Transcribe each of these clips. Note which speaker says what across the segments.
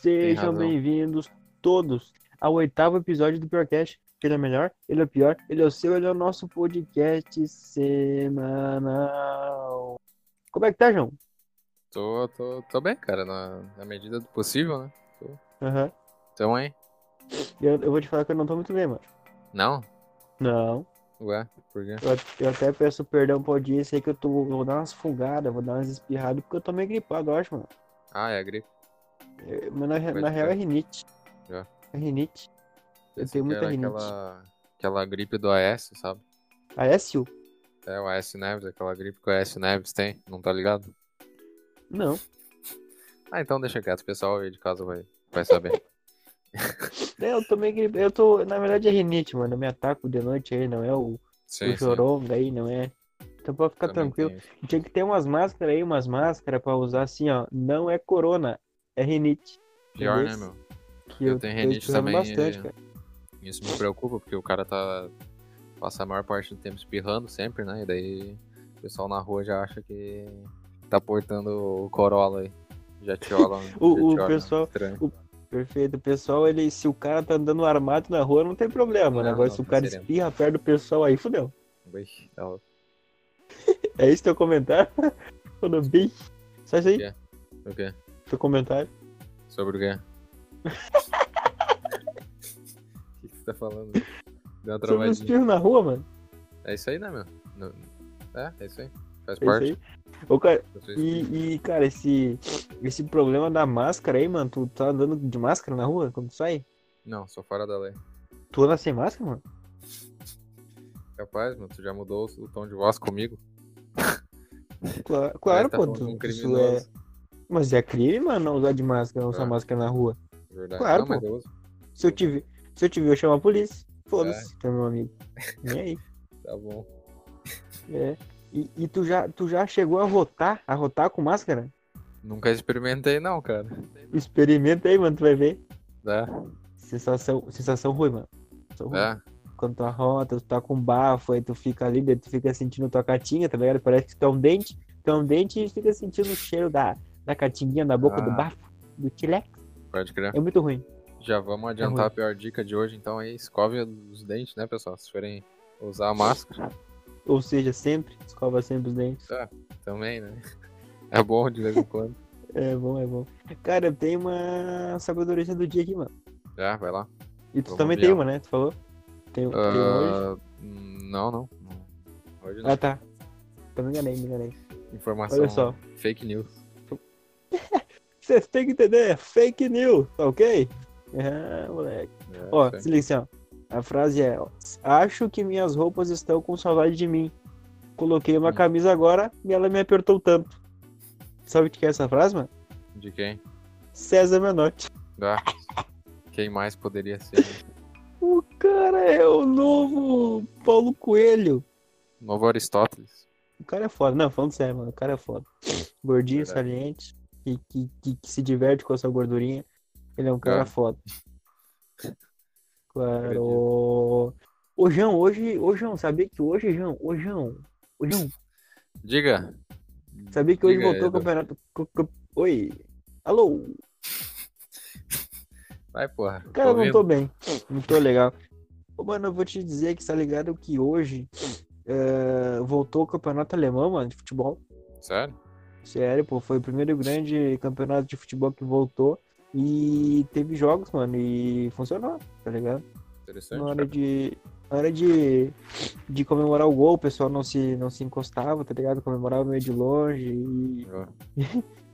Speaker 1: Sejam bem-vindos todos ao oitavo episódio do Piorcast. Ele é o melhor, ele é o pior, ele é o seu, ele é o nosso podcast semanal. Como é que tá, João?
Speaker 2: Tô, tô, tô bem, cara, na, na medida do possível, né?
Speaker 1: Aham.
Speaker 2: Então, hein?
Speaker 1: Eu, eu vou te falar que eu não tô muito bem, mano.
Speaker 2: Não?
Speaker 1: Não.
Speaker 2: Ué, por quê?
Speaker 1: Eu, eu até peço perdão pra audiência aí que eu tô, eu vou dar umas fugadas, vou dar umas espirradas, porque eu tô meio gripado, eu acho, mano.
Speaker 2: Ah, é a gripe.
Speaker 1: Eu- Mas na, re-
Speaker 2: Pode
Speaker 1: na real é
Speaker 2: crer.
Speaker 1: rinite.
Speaker 2: Já.
Speaker 1: É rinite. Eu
Speaker 2: Pensei
Speaker 1: tenho
Speaker 2: que
Speaker 1: muita
Speaker 2: era
Speaker 1: rinite.
Speaker 2: Aquela, aquela gripe do Aécio, sabe?
Speaker 1: Ah, é Sil?
Speaker 2: É o Aécio Neves, aquela gripe que o Aécio Neves tem, não tá ligado?
Speaker 1: Não.
Speaker 2: Ah, então deixa quieto, o pessoal aí de casa vai, vai saber.
Speaker 1: É, eu tô meio gripe. Eu tô. Na verdade é rinite, mano. Eu me ataco de noite aí, não é o,
Speaker 2: Sim,
Speaker 1: o choronga aí, não é? Então pode ficar
Speaker 2: também
Speaker 1: tranquilo.
Speaker 2: tem isso.
Speaker 1: Tinha que ter umas máscaras aí, umas máscaras pra usar assim, ó. Não é corona, é rinite.
Speaker 2: Pior, né,
Speaker 1: Esse-
Speaker 2: meu?
Speaker 1: Que
Speaker 2: Eu
Speaker 1: eu,
Speaker 2: tenho
Speaker 1: tô
Speaker 2: rinite
Speaker 1: espirrando
Speaker 2: também, é.
Speaker 1: bastante,
Speaker 2: e-
Speaker 1: cara.
Speaker 2: Isso me preocupa, porque o cara tá. Passa a maior parte do tempo espirrando sempre, né? E daí o pessoal na rua já acha que tá portando o Corolla aí. Já tiola.
Speaker 1: O- o
Speaker 2: já
Speaker 1: pessoal- Perfeito. O pessoal, ele, se o cara tá andando armado na rua, não tem problema, mano.
Speaker 2: Não,
Speaker 1: Agora,
Speaker 2: não,
Speaker 1: se o cara
Speaker 2: sereno.
Speaker 1: espirra perto do pessoal aí, fudeu. É esse teu comentário? Mano, bem. Sai isso aí,
Speaker 2: Yeah. O quê?
Speaker 1: teu comentário.
Speaker 2: Sobre o quê? O que que você tá falando? Deu
Speaker 1: Sobre
Speaker 2: uma
Speaker 1: o
Speaker 2: travadinha.
Speaker 1: espirro na rua, mano.
Speaker 2: É isso aí, né, meu? No- É, é isso aí. Faz
Speaker 1: É
Speaker 2: parte.
Speaker 1: isso aí. Ô, cara,
Speaker 2: Eu sou espírita.
Speaker 1: E, e, cara, esse, esse problema da máscara aí, mano, tu tá andando de máscara na rua quando tu sai?
Speaker 2: Não, sou fora da lei.
Speaker 1: Tu anda sem máscara, mano?
Speaker 2: Capaz, mano, tu já mudou o tom de voz comigo?
Speaker 1: Cla- Claro,
Speaker 2: Parece que tá
Speaker 1: pô,
Speaker 2: falando
Speaker 1: tu-
Speaker 2: com um
Speaker 1: isso é...
Speaker 2: criminoso.
Speaker 1: Mas é crime, mano, não usar de máscara, não usar
Speaker 2: Ah.
Speaker 1: máscara na rua.
Speaker 2: Verdade.
Speaker 1: Claro,
Speaker 2: não, mas eu uso.
Speaker 1: Se eu te ver, se eu, te ver, eu chamo a polícia.
Speaker 2: É.
Speaker 1: Foda-se, tá, meu amigo. E aí?
Speaker 2: Tá bom.
Speaker 1: É. E, e tu, já, tu já chegou a rotar, a rotar com máscara?
Speaker 2: Nunca experimentei, não, cara.
Speaker 1: Experimenta aí, mano, tu vai ver.
Speaker 2: Dá,
Speaker 1: Sensação, sensação ruim, mano. Sensação ruim.
Speaker 2: dá.
Speaker 1: quando tu arrota, tu tá com bafo, aí tu fica ali, daí tu fica sentindo tua catinha, tá ligado? Parece que tu é um dente, tu é um dente e fica sentindo o cheiro da, da catinguinha na boca
Speaker 2: Ah.
Speaker 1: do bafo, do tilex.
Speaker 2: Pode crer.
Speaker 1: É muito ruim.
Speaker 2: Já
Speaker 1: É
Speaker 2: vamos adiantar a pior dica de hoje, então aí. Escove os dentes, né, pessoal? Se forem usar a máscara
Speaker 1: Ou seja, sempre, escova sempre os dentes.
Speaker 2: também, né? É bom de vez em quando.
Speaker 1: É bom, é bom. Cara, tem uma sabedoria do dia aqui, mano.
Speaker 2: Já, vai lá.
Speaker 1: E tu
Speaker 2: Vamos
Speaker 1: também
Speaker 2: ver
Speaker 1: tem
Speaker 2: ela.
Speaker 1: uma, né? Tu falou? Tem, tem hoje.
Speaker 2: Ah, hum, Não, não. não. Hoje não.
Speaker 1: Ah, tá. Então me enganei, me enganei.
Speaker 2: Informação.
Speaker 1: Olha só.
Speaker 2: Fake news.
Speaker 1: Vocês têm que entender, é fake news, tá ok? É, moleque.
Speaker 2: É,
Speaker 1: Ó,
Speaker 2: isso aí.
Speaker 1: se liga assim, ó. A frase é: ó, Acho que minhas roupas estão com saudade de mim. Coloquei uma
Speaker 2: Hum.
Speaker 1: camisa agora e ela me apertou tanto. Sabe o que é essa frase, mano?
Speaker 2: De quem?
Speaker 1: César Menotti.
Speaker 2: Dá. Quem mais poderia ser? né?
Speaker 1: O cara é o novo Paulo Coelho.
Speaker 2: Novo Aristóteles.
Speaker 1: O cara é foda. Não, falando sério, mano. O cara é foda. Gordinho,
Speaker 2: Verdade.
Speaker 1: saliente, que, que, que, que se diverte com a sua gordurinha. Ele é um cara
Speaker 2: É.
Speaker 1: foda. Claro. Ô, João, hoje, ô, João, sabia que hoje, João, ô, João, ô, João,
Speaker 2: Diga.
Speaker 1: Sabia que hoje
Speaker 2: Diga,
Speaker 1: voltou o
Speaker 2: Edu.
Speaker 1: campeonato. co- co- Oi. Alô?
Speaker 2: Vai, porra.
Speaker 1: Cara,
Speaker 2: Tô
Speaker 1: não
Speaker 2: ouvindo.
Speaker 1: tô bem. Não tô legal. Ô, mano, eu vou te dizer que tá ligado que hoje eh, voltou o campeonato alemão, mano, de futebol.
Speaker 2: Sério?
Speaker 1: Sério, pô, foi o primeiro grande campeonato de futebol que voltou. E teve jogos, mano, e funcionou, tá ligado?
Speaker 2: Interessante.
Speaker 1: Na hora de. Na hora de, de comemorar o gol, o pessoal não se, não se encostava, tá ligado? Comemorava meio de longe e
Speaker 2: Ó,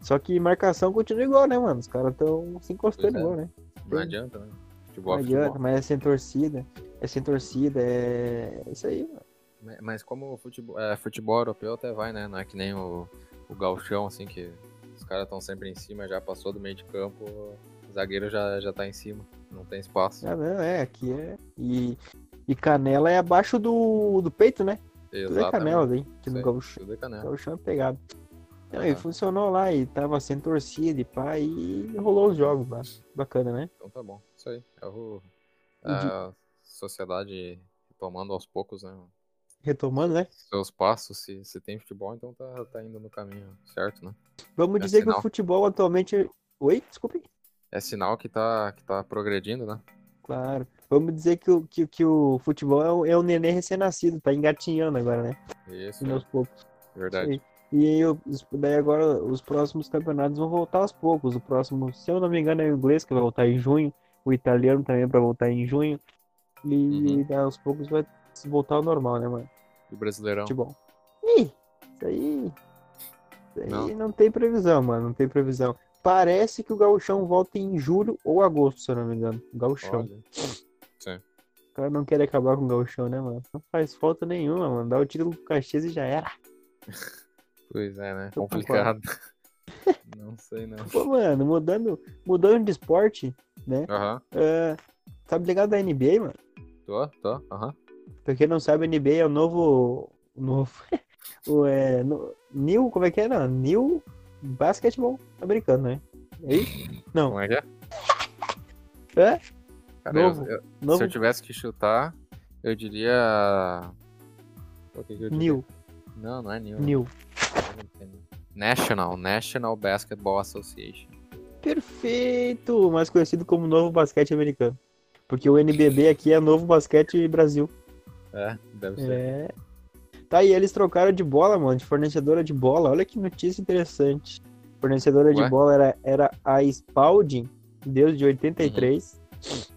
Speaker 1: Só que marcação continua igual, né, mano? Os caras estão se encostando
Speaker 2: Pois é.
Speaker 1: igual, né?
Speaker 2: Não adianta, né? Futebol,
Speaker 1: Não
Speaker 2: é
Speaker 1: adianta,
Speaker 2: futebol.
Speaker 1: mas é sem torcida. É sem torcida, é. é Isso aí, mano.
Speaker 2: Mas- Mas como o futebol, é, futebol europeu até vai, né? Não é que nem o, o galchão, assim, que os caras estão sempre em cima, já passou do meio de campo, o zagueiro já, já tá em cima, não tem espaço.
Speaker 1: Ah, não, é, aqui é. E, e canela é abaixo do, do peito, né? Tudo é canela daí, que no
Speaker 2: Sei.
Speaker 1: gauchão,
Speaker 2: Tudo é canela.
Speaker 1: gauchão é pegado. Não, e
Speaker 2: Aham.
Speaker 1: funcionou lá, e tava sem torcida e pá, e rolou os jogos lá. Bacana, né?
Speaker 2: Então tá bom. Isso aí. É o,
Speaker 1: E de-
Speaker 2: a sociedade tomando aos poucos, né?
Speaker 1: Retomando, né?
Speaker 2: Seus passos, se, se tem futebol, então tá, tá indo no caminho certo, né?
Speaker 1: Vamos
Speaker 2: É
Speaker 1: dizer que o
Speaker 2: sinal.
Speaker 1: futebol atualmente. Oi? Desculpa aí.
Speaker 2: é sinal que tá, que tá progredindo, né?
Speaker 1: Claro. Vamos dizer que o, que, que o futebol é o, é o neném recém-nascido, tá engatinhando agora, né?
Speaker 2: Isso,
Speaker 1: Assim, aos poucos.
Speaker 2: é verdade.
Speaker 1: Sim. E aí, eu- os- daí agora os próximos campeonatos vão voltar aos poucos. O próximo, se eu não me engano, é o inglês que vai voltar em junho, o italiano também vai voltar em junho. E
Speaker 2: Uhum. Então.
Speaker 1: daí, aos poucos vai se voltar ao normal, né, mano?
Speaker 2: E o Brasileirão.
Speaker 1: Futebol. Ih, isso aí. Isso aí
Speaker 2: Não.
Speaker 1: não. tem previsão, mano. Não tem previsão. Parece que o Gauchão volta em julho ou agosto, se eu não me engano. Gauchão.
Speaker 2: Olha.
Speaker 1: O cara não quer acabar com o Gauchão, né, mano? Não faz falta nenhuma, mano. Dá o título pro Caxias e já era.
Speaker 2: Pois é, né?
Speaker 1: Eu
Speaker 2: Complicado. não sei, não.
Speaker 1: Pô, mano, mudando, mudando de esporte,
Speaker 2: Aham.
Speaker 1: é, sabe ligado da NBA, mano?
Speaker 2: Tô, tô. Aham.
Speaker 1: Pra quem não sabe, NBA é o novo. o novo o, é, no- new, como é que é? Não, new Basketball americano, né? É isso? Não.
Speaker 2: Como é que é?
Speaker 1: É?
Speaker 2: Cara, eu-
Speaker 1: Novo.
Speaker 2: eu- se
Speaker 1: Novo
Speaker 2: eu tivesse que chutar, eu diria. Pô, o que que eu diria?
Speaker 1: New,
Speaker 2: Não, não é New.
Speaker 1: New.
Speaker 2: é National, National Basketball Association.
Speaker 1: Perfeito! Mais conhecido como novo basquete americano. Porque o NBB aqui é novo basquete Brasil.
Speaker 2: É, deve ser.
Speaker 1: É. Tá, e eles trocaram de bola, mano, de fornecedora de bola. Olha que notícia interessante. Fornecedora de
Speaker 2: Ué?
Speaker 1: bola era, era a Spalding, Deus de 83,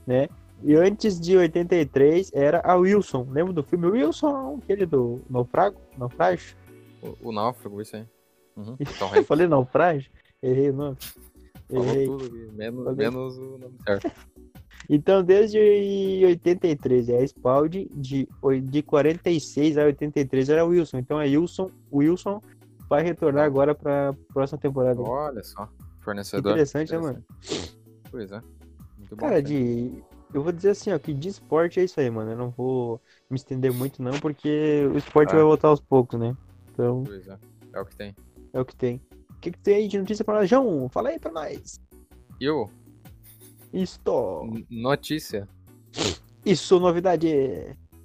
Speaker 1: né? E antes de 83 era a Wilson. Lembra do filme Wilson, aquele do Naufrago? Naufrágio?
Speaker 2: O, o Náufrago, isso aí. Uhum. Tom
Speaker 1: Eu
Speaker 2: Hanks
Speaker 1: falei Naufrágio? Errei o nome.
Speaker 2: falou
Speaker 1: Errei.
Speaker 2: tudo aqui, menos,
Speaker 1: Falei.
Speaker 2: menos o nome certo.
Speaker 1: Então, desde 83, é a Spalding, de, oi- de 46 a 83 era a Wilson. Então, a Wilson, o Wilson vai retornar agora para próxima temporada.
Speaker 2: Olha só, fornecedor.
Speaker 1: interessante, né, mano?
Speaker 2: interessante. Pois é. Muito bom.
Speaker 1: Cara,
Speaker 2: cara.
Speaker 1: de. Eu vou dizer assim, ó, que de esporte é isso aí, mano. Eu não vou me estender muito, não, porque o esporte
Speaker 2: Ah.
Speaker 1: vai voltar aos poucos, né? Então,
Speaker 2: Pois é. É o que tem.
Speaker 1: é o que tem. O que, que tem aí de notícia pra nós, João? Fala aí pra nós.
Speaker 2: E o
Speaker 1: Isto.
Speaker 2: n- notícia.
Speaker 1: Isso, novidade.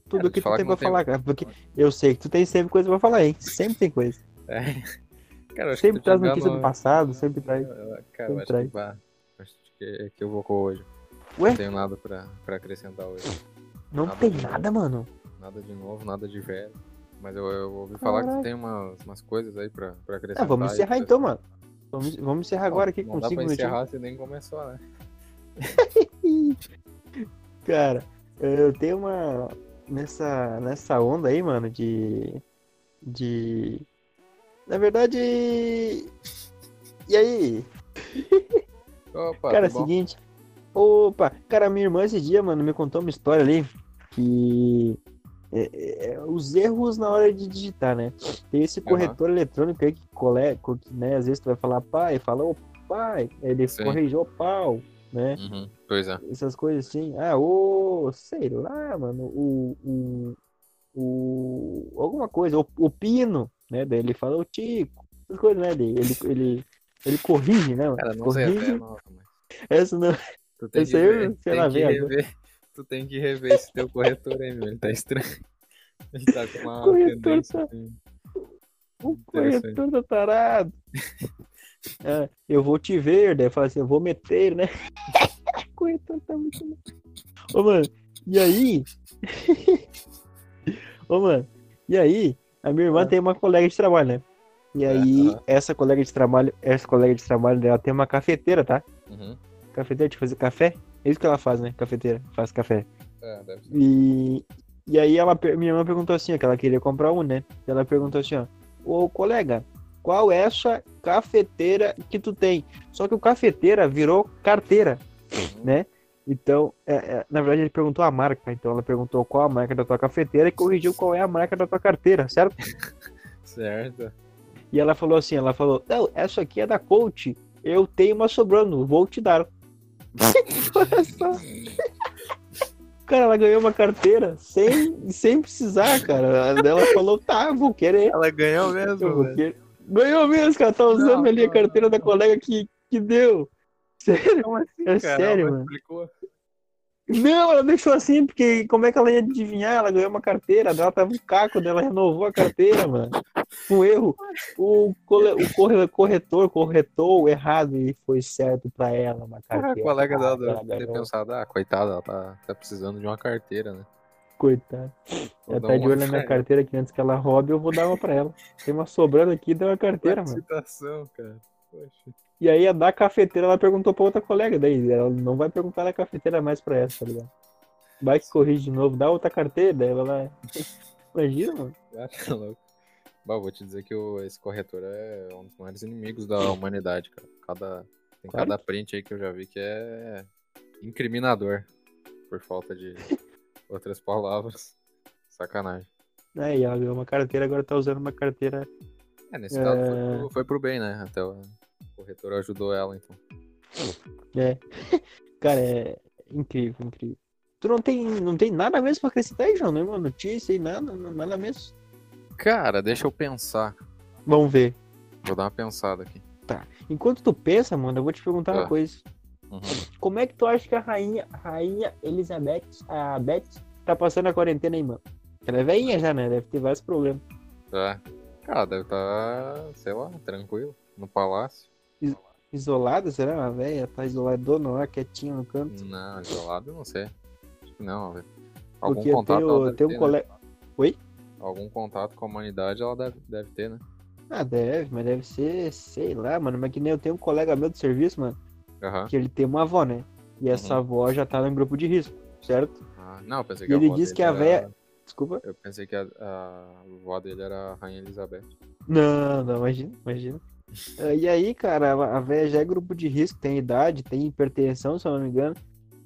Speaker 1: Tudo
Speaker 2: Cara,
Speaker 1: que
Speaker 2: te
Speaker 1: tu
Speaker 2: falar
Speaker 1: tem
Speaker 2: que
Speaker 1: pra
Speaker 2: não tem-
Speaker 1: falar, cara. Porque eu sei que tu tem sempre coisa pra falar, hein? Sempre tem coisa.
Speaker 2: Cara, eu acho
Speaker 1: Sempre
Speaker 2: que tô
Speaker 1: traz
Speaker 2: te
Speaker 1: notícia do
Speaker 2: engano-
Speaker 1: passado, sempre traz.
Speaker 2: Cara,
Speaker 1: Sempre
Speaker 2: eu acho
Speaker 1: traz.
Speaker 2: que, bah, acho que, que eu vou com hoje.
Speaker 1: Ué?
Speaker 2: Não tenho nada pra, pra acrescentar hoje.
Speaker 1: Não
Speaker 2: Nada
Speaker 1: tem
Speaker 2: de novo.
Speaker 1: nada, mano.
Speaker 2: Nada de novo, nada de velho. Mas eu, eu ouvi falar que
Speaker 1: Caraca.
Speaker 2: tu tem umas, umas coisas aí pra, pra acrescentar.
Speaker 1: Ah, vamos
Speaker 2: aí,
Speaker 1: encerrar
Speaker 2: pra-
Speaker 1: então, mano. Vamos, vamos encerrar agora aqui
Speaker 2: não
Speaker 1: com
Speaker 2: dá
Speaker 1: 5
Speaker 2: pra
Speaker 1: minutinhos.
Speaker 2: encerrar se nem começou, né?
Speaker 1: Cara, eu tenho uma. Nessa, nessa onda aí, mano, de. De. Na verdade. E aí?
Speaker 2: Opa,
Speaker 1: cara, é o
Speaker 2: tá bom.
Speaker 1: seguinte. Opa, cara, minha irmã esse dia, mano, me contou uma história ali que é, é, é, os erros na hora de digitar, né? Tem esse corretor eletrônico aí que colega, que, né? Às vezes tu vai falar pai, fala ô pai, ele
Speaker 2: Sim.
Speaker 1: corrigiu o pau, né?
Speaker 2: Uhum, pois é.
Speaker 1: Essas coisas assim. Ah, ô, sei lá, mano, o. o, o alguma coisa, o, o pino, né? Daí ele fala o tico, essas coisas, né? Ele, ele, ele, ele corrige, né? Mano?
Speaker 2: Cara, não sei até,
Speaker 1: corrige.
Speaker 2: nossa, mas
Speaker 1: Essa não. é
Speaker 2: tu tem
Speaker 1: Esse
Speaker 2: que
Speaker 1: aí eu
Speaker 2: ver,
Speaker 1: sei
Speaker 2: tem
Speaker 1: lá,
Speaker 2: que
Speaker 1: velho.
Speaker 2: rever, tu tem que rever esse teu corretor aí, meu, ele tá estranho. Ele tá com uma
Speaker 1: Corretor
Speaker 2: tendência
Speaker 1: tá-
Speaker 2: assim.
Speaker 1: O
Speaker 2: Interessante.
Speaker 1: corretor tá tarado. É, eu vou te ver, daí fala assim, eu vou meter, né? o corretor tá muito. mal. Ô, mano, e aí? Ô, mano, e aí? A minha irmã
Speaker 2: Ah.
Speaker 1: tem uma colega de trabalho, né? E
Speaker 2: É,
Speaker 1: aí,
Speaker 2: aham.
Speaker 1: essa colega de trabalho, essa colega de trabalho dela tem uma cafeteira, tá?
Speaker 2: Uhum.
Speaker 1: Cafeteira de fazer café? É isso que ela faz, né? Cafeteira, faz café.
Speaker 2: É, deve ser.
Speaker 1: E, e aí ela, per- minha irmã perguntou assim, ó, que ela queria comprar um, né? E ela perguntou assim, ó, ô colega, qual é essa cafeteira que tu tem? Só que o cafeteira virou carteira,
Speaker 2: Uhum.
Speaker 1: né? Então, é, é, na verdade ele perguntou a marca, então ela perguntou qual a marca da tua cafeteira e corrigiu qual é a marca da tua carteira, certo?
Speaker 2: Certo.
Speaker 1: E ela falou assim, ela falou, não, essa aqui é da Coach, eu tenho uma sobrando, vou te dar. Olha só. Cara, ela ganhou uma carteira sem, sem precisar, cara. Ela falou, tá, vou querer.
Speaker 2: Ela ganhou
Speaker 1: Eu
Speaker 2: mesmo,
Speaker 1: vou querer. Ganhou mesmo, cara. Tá usando
Speaker 2: Não,
Speaker 1: ali a
Speaker 2: não,
Speaker 1: carteira
Speaker 2: não,
Speaker 1: da
Speaker 2: não.
Speaker 1: colega que, que deu. Sério?
Speaker 2: Como assim,
Speaker 1: É sério,
Speaker 2: Ela
Speaker 1: mano.
Speaker 2: explicou.
Speaker 1: Não, ela deixou assim, porque como é que ela ia adivinhar? Ela ganhou uma carteira, ela tava um caco dela, renovou a carteira, mano. Um erro. O, cole- o corre- corretor corretou errado e foi certo pra ela uma
Speaker 2: A
Speaker 1: carteira.
Speaker 2: Ah, colega dela
Speaker 1: ela
Speaker 2: deve ter
Speaker 1: ganhou.
Speaker 2: pensado, ah, coitada, ela tá, tá precisando de uma carteira, né?
Speaker 1: Coitada.
Speaker 2: Vou
Speaker 1: Ela
Speaker 2: dar um
Speaker 1: tá de
Speaker 2: uma
Speaker 1: olho na minha
Speaker 2: fé-
Speaker 1: carteira que antes que ela roube, eu vou dar uma pra ela. Tem uma sobrando aqui, deu uma carteira, mano.
Speaker 2: Excitação, cara. Poxa.
Speaker 1: E aí a da cafeteira ela perguntou pra outra colega, daí ela não vai perguntar da cafeteira mais pra essa, tá ligado? Vai que corrige de novo, dá outra carteira, daí ela vai. Imagina, mano.
Speaker 2: Ah, tá louco. Bah, vou te dizer que o- esse corretor é um dos maiores inimigos da humanidade, cara. Cada, tem
Speaker 1: Claro
Speaker 2: cada print aí que eu já vi que é incriminador. Por falta de outras palavras. Sacanagem.
Speaker 1: Aí ela ganhou uma carteira, agora tá usando uma carteira.
Speaker 2: É, nesse caso foi
Speaker 1: É.
Speaker 2: pro, foi pro bem, né? Até o corretor ajudou ela, então.
Speaker 1: Cara, é incrível, incrível. Tu não tem, não tem nada mesmo pra acrescentar aí, João? Nenhuma notícia e nada, nada mesmo.
Speaker 2: Cara, deixa eu pensar.
Speaker 1: Vamos ver.
Speaker 2: Vou dar uma pensada aqui.
Speaker 1: Enquanto tu pensa, mano, eu vou te perguntar uma
Speaker 2: Tá.
Speaker 1: coisa.
Speaker 2: Uhum.
Speaker 1: Como é que tu acha que a rainha, rainha Elizabeth, a Beth, tá passando a quarentena aí, mano? Ela é velhinha já, né? Deve ter vários problemas.
Speaker 2: Tá. Cara, deve tá, sei lá, tranquilo. No palácio.
Speaker 1: Isolada, será? A velha tá isoladona lá, quietinha no canto.
Speaker 2: Não, isolado, eu não sei. Acho que não, velho. Algum
Speaker 1: Porque eu
Speaker 2: contato ela
Speaker 1: tenho, tenho
Speaker 2: deve ter,
Speaker 1: um
Speaker 2: né?
Speaker 1: colega.
Speaker 2: Algum contato com a humanidade ela deve, deve ter, né?
Speaker 1: Ah, deve, mas deve ser, sei lá, mano. Mas que nem eu tenho um colega meu de serviço, mano,
Speaker 2: Aham.
Speaker 1: que ele tem uma avó, né? E essa
Speaker 2: Uhum.
Speaker 1: avó já tá no grupo de risco, certo?
Speaker 2: Ah, não, eu pensei
Speaker 1: E
Speaker 2: que a
Speaker 1: ele
Speaker 2: avó
Speaker 1: diz que
Speaker 2: dele
Speaker 1: a véia-
Speaker 2: era-
Speaker 1: Desculpa.
Speaker 2: Eu pensei que a, a avó dele era a Rainha Elizabeth.
Speaker 1: Não, não, imagina, imagina. Ah, E aí, cara, a a véia já é grupo de risco, tem idade, tem hipertensão, se eu não me engano.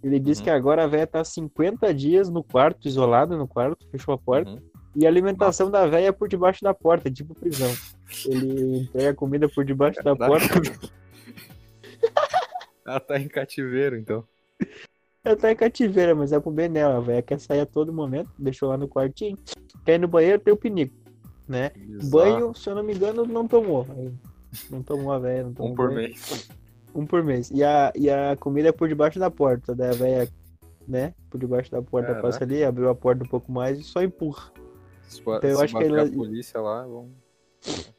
Speaker 1: Ele diz
Speaker 2: Uhum.
Speaker 1: que agora a véia tá 50 dias no quarto, isolada no quarto, fechou a porta.
Speaker 2: Uhum.
Speaker 1: E a alimentação da véia é por debaixo da porta, tipo prisão. Ele entrega comida por debaixo da porta.
Speaker 2: ela tá em cativeiro, então.
Speaker 1: Ela tá em cativeira, mas é pro bem dela. A véia quer sair a todo momento, deixou lá no quartinho. Quer ir no banheiro, tem o pinico, né?
Speaker 2: Bizarro.
Speaker 1: Banho, se eu não me engano, não tomou. Aí, Não tomou a véia, não tomou
Speaker 2: Um por
Speaker 1: banho.
Speaker 2: mês.
Speaker 1: Um por mês. E a, e a comida é por debaixo da porta. Daí a véia, né? Por debaixo da porta
Speaker 2: Caraca.
Speaker 1: passa ali, abriu a porta um pouco mais e só empurra.
Speaker 2: Se, ba-
Speaker 1: Então eu
Speaker 2: se
Speaker 1: acho que
Speaker 2: bater
Speaker 1: ela-
Speaker 2: a polícia lá, vão...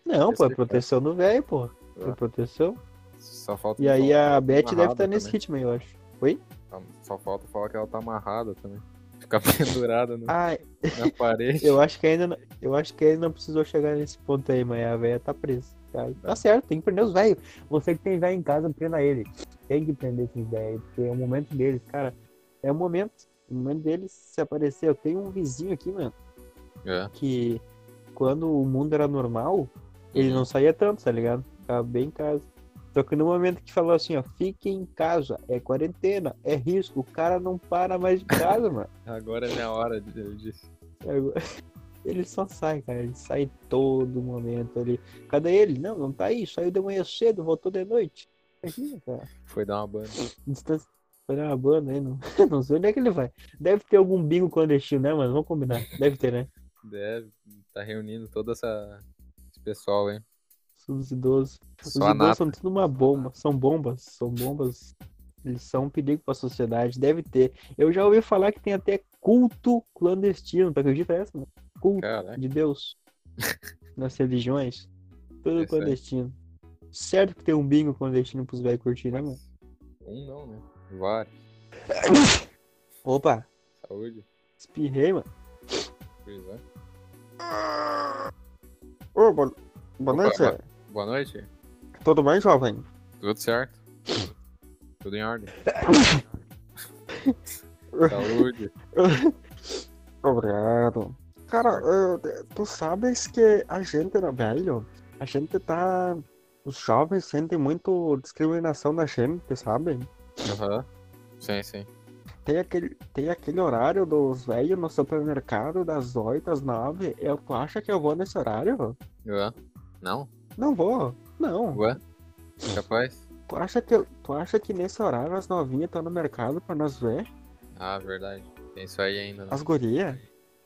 Speaker 1: Não, pô, é
Speaker 2: Esse-
Speaker 1: proteção do velho, pô. É
Speaker 2: Ah.
Speaker 1: proteção.
Speaker 2: só falta
Speaker 1: E aí a Beth deve
Speaker 2: tá amarrada
Speaker 1: estar nesse
Speaker 2: também.
Speaker 1: ritmo aí, eu acho.
Speaker 2: Só falta falar que ela tá amarrada também. Ficar pendurada no-
Speaker 1: Ah,
Speaker 2: na parede.
Speaker 1: eu acho que ainda não, eu acho que ainda não precisou chegar nesse ponto aí, mas a velha tá presa. Tá, tá certo, tem que prender os velhos. Você que tem velho em casa, prenda ele. Tem que prender esses velhos, porque é o momento deles, cara. É o momento. O momento deles se aparecer. Eu tenho um vizinho aqui, mano.
Speaker 2: É.
Speaker 1: que quando o mundo era normal, ele não saía tanto, tá ligado? Ficava bem em casa. Só que no momento que falou assim, ó, fique em casa, é quarentena, é risco, o cara não para mais de casa, mano.
Speaker 2: Agora é minha hora, ele disse.
Speaker 1: Agora- Ele só sai, cara, ele sai todo momento ali. Cadê ele? Não, não tá aí, saiu de manhã cedo, voltou de noite. Imagina, cara.
Speaker 2: Foi dar uma banda.
Speaker 1: Distância. Foi dar uma banda aí, não, não sei onde é que ele vai. Deve ter algum bingo clandestino, né, mano? Vamos combinar. Deve ter, né?
Speaker 2: Deve. Tá reunindo todo essa... esse pessoal, hein?
Speaker 1: Os idosos. Os
Speaker 2: Só a
Speaker 1: idosos
Speaker 2: nata.
Speaker 1: são tudo uma bomba, são bombas, são bombas. Eles são um perigo para a sociedade, deve ter. Eu já ouvi falar que tem até culto clandestino, tu acredita nessa? mano? Culto
Speaker 2: Caraca.
Speaker 1: de Deus nas religiões, tudo
Speaker 2: Interessante.
Speaker 1: clandestino. Certo que tem um bingo clandestino pros velhos curtir, né, mano?
Speaker 2: Um não, né? Vários.
Speaker 1: Opa,
Speaker 2: Saúde.
Speaker 1: espirrei, mano.
Speaker 2: Pois é.
Speaker 1: Ô, boa, boa
Speaker 2: Opa,
Speaker 1: noite,
Speaker 2: boa-
Speaker 1: senhor.
Speaker 2: Boa noite.
Speaker 1: tudo bem, jovem?
Speaker 2: Tudo certo? Tudo em ordem. Saúde.
Speaker 1: Obrigado. Cara, eu- tu sabes que a gente, né, velho, a gente tá. Os jovens sentem muito discriminação da gente, sabe?
Speaker 2: Aham. Sim, sim.
Speaker 1: Tem aquele, tem aquele horário dos velhos no supermercado, das 8 às 9. Eu, tu acha que eu vou nesse horário?
Speaker 2: Ué? Não?
Speaker 1: Não vou. Não.
Speaker 2: Ué? Capaz?
Speaker 1: Tu acha que, eu- tu acha que nesse horário as novinhas estão no mercado pra nós ver?
Speaker 2: Ah, verdade. Tem isso aí ainda, né?
Speaker 1: As gurias?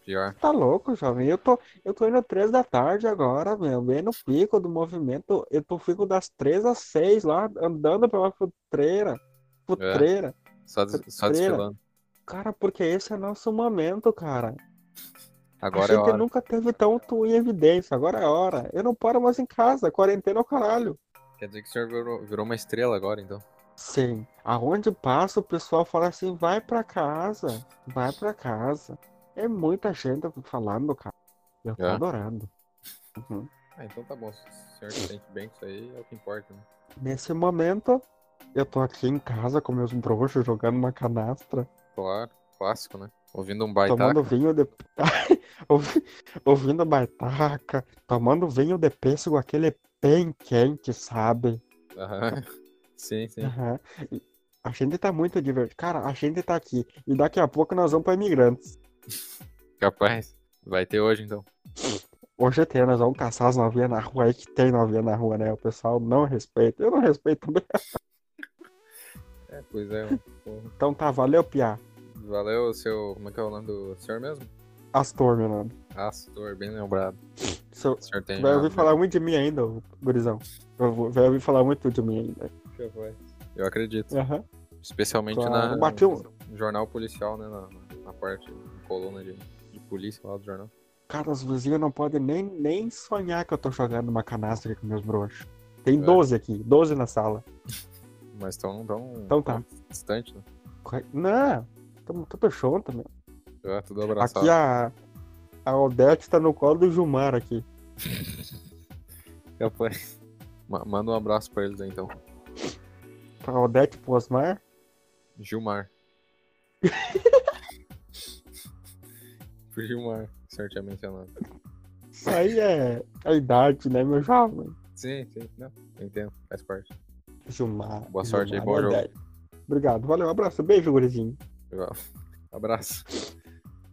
Speaker 2: Pior.
Speaker 1: Tá louco, jovem? Eu tô, eu tô indo três da tarde agora, meu. Bem no pico do movimento. Eu tô fico das três às seis lá, andando pela futreira. Futreira.
Speaker 2: É. Só, des- só desfilando.
Speaker 1: Cara, porque esse é nosso momento, cara.
Speaker 2: Agora
Speaker 1: a
Speaker 2: é
Speaker 1: gente
Speaker 2: hora.
Speaker 1: nunca teve tanto em evidência. Agora é a hora. Eu não paro mais em casa. Quarentena é o caralho.
Speaker 2: Quer dizer que o senhor virou, virou uma estrela agora, então.
Speaker 1: Sim. Aonde passa, o pessoal fala assim: vai pra casa. Vai pra casa. É muita gente falando, cara. Eu tô
Speaker 2: É?
Speaker 1: adorando. Uhum.
Speaker 2: Ah, então tá bom. Se o senhor se sente bem com isso aí, é o que importa, né?
Speaker 1: Nesse momento, eu tô aqui em casa com meus broxos jogando uma canastra.
Speaker 2: Claro, clássico, né? Ouvindo um baita.
Speaker 1: tomando vinho de ouvi- ouvindo baitaca, tomando vinho de pêssego, aquele bem quente, sabe?
Speaker 2: Aham. Sim, sim.
Speaker 1: Aham. E A gente tá muito divertido. Cara, a gente tá aqui e daqui a pouco nós vamos pra imigrantes.
Speaker 2: Capaz. Vai ter hoje, então.
Speaker 1: Hoje tem, nós vamos caçar as novinhas na rua aí que tem novinha na rua, né? O pessoal não respeita. Eu não respeito também.
Speaker 2: É, pois é. mano.
Speaker 1: Então tá, valeu, Piá.
Speaker 2: Valeu, seu. Como é que é o nome do senhor mesmo?
Speaker 1: Astor, meu nome.
Speaker 2: Astor, bem lembrado.
Speaker 1: Se eu-
Speaker 2: O senhor tem. né?
Speaker 1: Vai
Speaker 2: uma-
Speaker 1: ouvir falar muito de mim ainda, ô, gurizão. Eu vou- Vai ouvir falar muito de mim ainda.
Speaker 2: Capaz. Eu acredito.
Speaker 1: Aham.
Speaker 2: Especialmente
Speaker 1: Claro.
Speaker 2: na.
Speaker 1: Bati um-
Speaker 2: no jornal policial, né? Na, na parte, na coluna de, de polícia lá do jornal.
Speaker 1: Cara, os vizinhos não podem nem, nem sonhar que eu tô jogando uma canastra aqui com meus broxos. Tem
Speaker 2: É.
Speaker 1: 12 aqui, 12 na sala.
Speaker 2: Mas estão tão,
Speaker 1: Então tá.
Speaker 2: distante, né?
Speaker 1: Corre- Não, tamo tudo junto, meu.
Speaker 2: Já, tudo abraçado.
Speaker 1: Aqui a, a Odete tá no colo do Gilmar aqui.
Speaker 2: Capaz. Ma- Manda um abraço pra eles aí, então.
Speaker 1: Pra Odete Posmar.
Speaker 2: Gilmar. Pro Gilmar, é que o senhor tinha mencionado.
Speaker 1: Isso aí é a idade, né, meu jovem?
Speaker 2: Sim, sim, não. eu Entendo, faz parte.
Speaker 1: Gilmar.
Speaker 2: Boa sorte aí,
Speaker 1: Gilmar
Speaker 2: bom
Speaker 1: e
Speaker 2: jogo.
Speaker 1: Odete. Obrigado, valeu, um abraço, beijo, gurizinho.
Speaker 2: Legal. Abraço.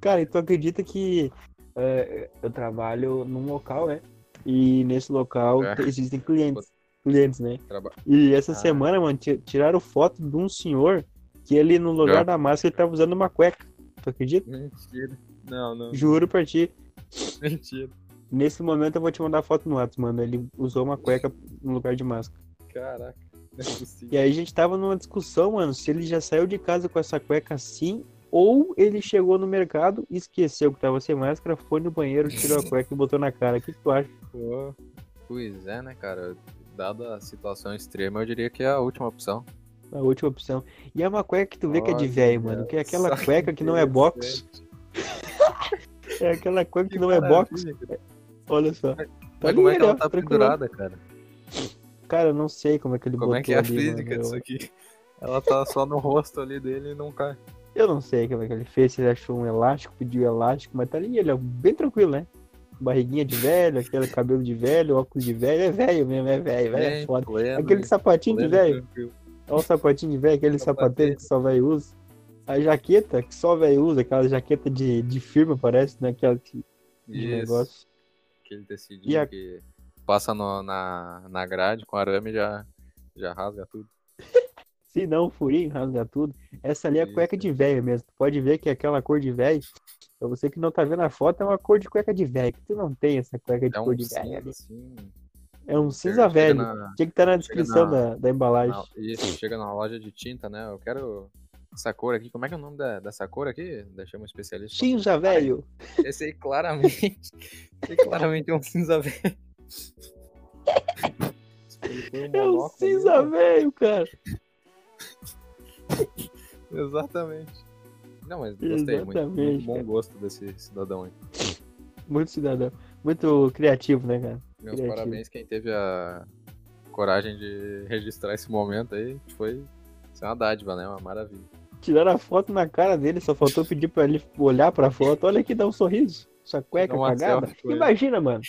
Speaker 1: Cara, e tu acredita que é, eu trabalho num local, né? E nesse local
Speaker 2: É.
Speaker 1: te- existem clientes. Clientes, né?
Speaker 2: Traba-
Speaker 1: E essa
Speaker 2: Ah.
Speaker 1: semana, mano, ti- tiraram foto de um senhor que ele, no lugar
Speaker 2: É.
Speaker 1: da máscara, ele tava usando uma cueca. Tu acredita?
Speaker 2: Mentira. Não, não.
Speaker 1: Juro pra ti.
Speaker 2: Mentira.
Speaker 1: Nesse momento eu vou te mandar foto no WhatsApp, mano. Ele usou uma cueca no lugar de máscara.
Speaker 2: Caraca. Não é
Speaker 1: E
Speaker 2: possível.
Speaker 1: aí a gente tava numa discussão, mano, se ele já saiu de casa com essa cueca assim, ou ele chegou no mercado, esqueceu que tava sem máscara, foi no banheiro, tirou a cueca e botou na cara. O que, que tu acha?
Speaker 2: Pô. Pois é, né, cara? Dada a situação extrema, eu diria que é a última opção.
Speaker 1: A última opção. E é uma cueca que tu vê que é de
Speaker 2: Olha,
Speaker 1: velho, mano. Que é aquela
Speaker 2: só
Speaker 1: cueca que não é box. É aquela cueca que não é box.
Speaker 2: maravilha, cara.
Speaker 1: Olha só. Tá
Speaker 2: Mas como é que
Speaker 1: ali,
Speaker 2: ela
Speaker 1: ó,
Speaker 2: tá
Speaker 1: tranquilão.
Speaker 2: pendurada, cara?
Speaker 1: Cara, eu não sei como é que ele
Speaker 2: Como
Speaker 1: botou
Speaker 2: é que é a
Speaker 1: ali,
Speaker 2: física
Speaker 1: mano.
Speaker 2: disso aqui? Ela tá só no rosto ali dele e não cai.
Speaker 1: Eu não sei como é que ele fez, se ele achou um elástico, pediu elástico, mas tá ali, ele é bem tranquilo, né? Barriguinha de velho, aquele cabelo de velho, óculos de velho, é velho mesmo, é velho, velho é
Speaker 2: Bem
Speaker 1: foda.
Speaker 2: pleno,
Speaker 1: Aquele
Speaker 2: bem
Speaker 1: sapatinho de
Speaker 2: pleno,
Speaker 1: velho,
Speaker 2: tranquilo.
Speaker 1: olha o sapatinho de velho, aquele
Speaker 2: Sapateiro.
Speaker 1: sapateiro que só velho usa. A jaqueta que só velho usa, aquela jaqueta de, de firma, parece, né? Aquela de, de
Speaker 2: Isso,
Speaker 1: negócio.
Speaker 2: Aquele
Speaker 1: E
Speaker 2: tecidinho
Speaker 1: a-
Speaker 2: que passa no- na, na grade com arame e já, já rasga tudo.
Speaker 1: Se não, furinho, rasga tudo. Essa ali é
Speaker 2: Isso.
Speaker 1: cueca de velho mesmo. Tu pode ver que é aquela cor de velho, pra você que não tá vendo a foto, é uma cor de cueca de velho. que Tu não tem essa cueca de
Speaker 2: É
Speaker 1: cor
Speaker 2: um
Speaker 1: de
Speaker 2: cinza,
Speaker 1: velho. ali.
Speaker 2: assim.
Speaker 1: É um
Speaker 2: Chega-
Speaker 1: cinza
Speaker 2: chega
Speaker 1: velho.
Speaker 2: na-
Speaker 1: Tinha que estar na
Speaker 2: Chega
Speaker 1: descrição
Speaker 2: na-
Speaker 1: da, da embalagem.
Speaker 2: na- isso, chega na loja de tinta, né? Eu quero essa cor aqui. Como é que é o nome da- dessa cor aqui? Deixamos um especialista.
Speaker 1: Cinza velho.
Speaker 2: Esse aí claramente. Esse aí claramente é um cinza velho. Ele foi
Speaker 1: É um
Speaker 2: monóculo ali,
Speaker 1: cinza
Speaker 2: né?
Speaker 1: velho, cara.
Speaker 2: Exatamente. Não, mas gostei muito.
Speaker 1: Exatamente,
Speaker 2: Muito bom
Speaker 1: cara.
Speaker 2: gosto desse cidadão aí.
Speaker 1: Muito cidadão. Muito criativo, né, cara?
Speaker 2: Meus
Speaker 1: Criativo.
Speaker 2: parabéns quem teve a coragem de registrar esse momento aí. Foi isso é uma dádiva, né? Uma maravilha.
Speaker 1: Tiraram a foto na cara dele, só faltou pedir pra ele olhar pra foto. Olha aqui, dá um sorriso. Essa cueca
Speaker 2: Dá uma
Speaker 1: cagada.
Speaker 2: selfie com ele.
Speaker 1: Imagina, mano.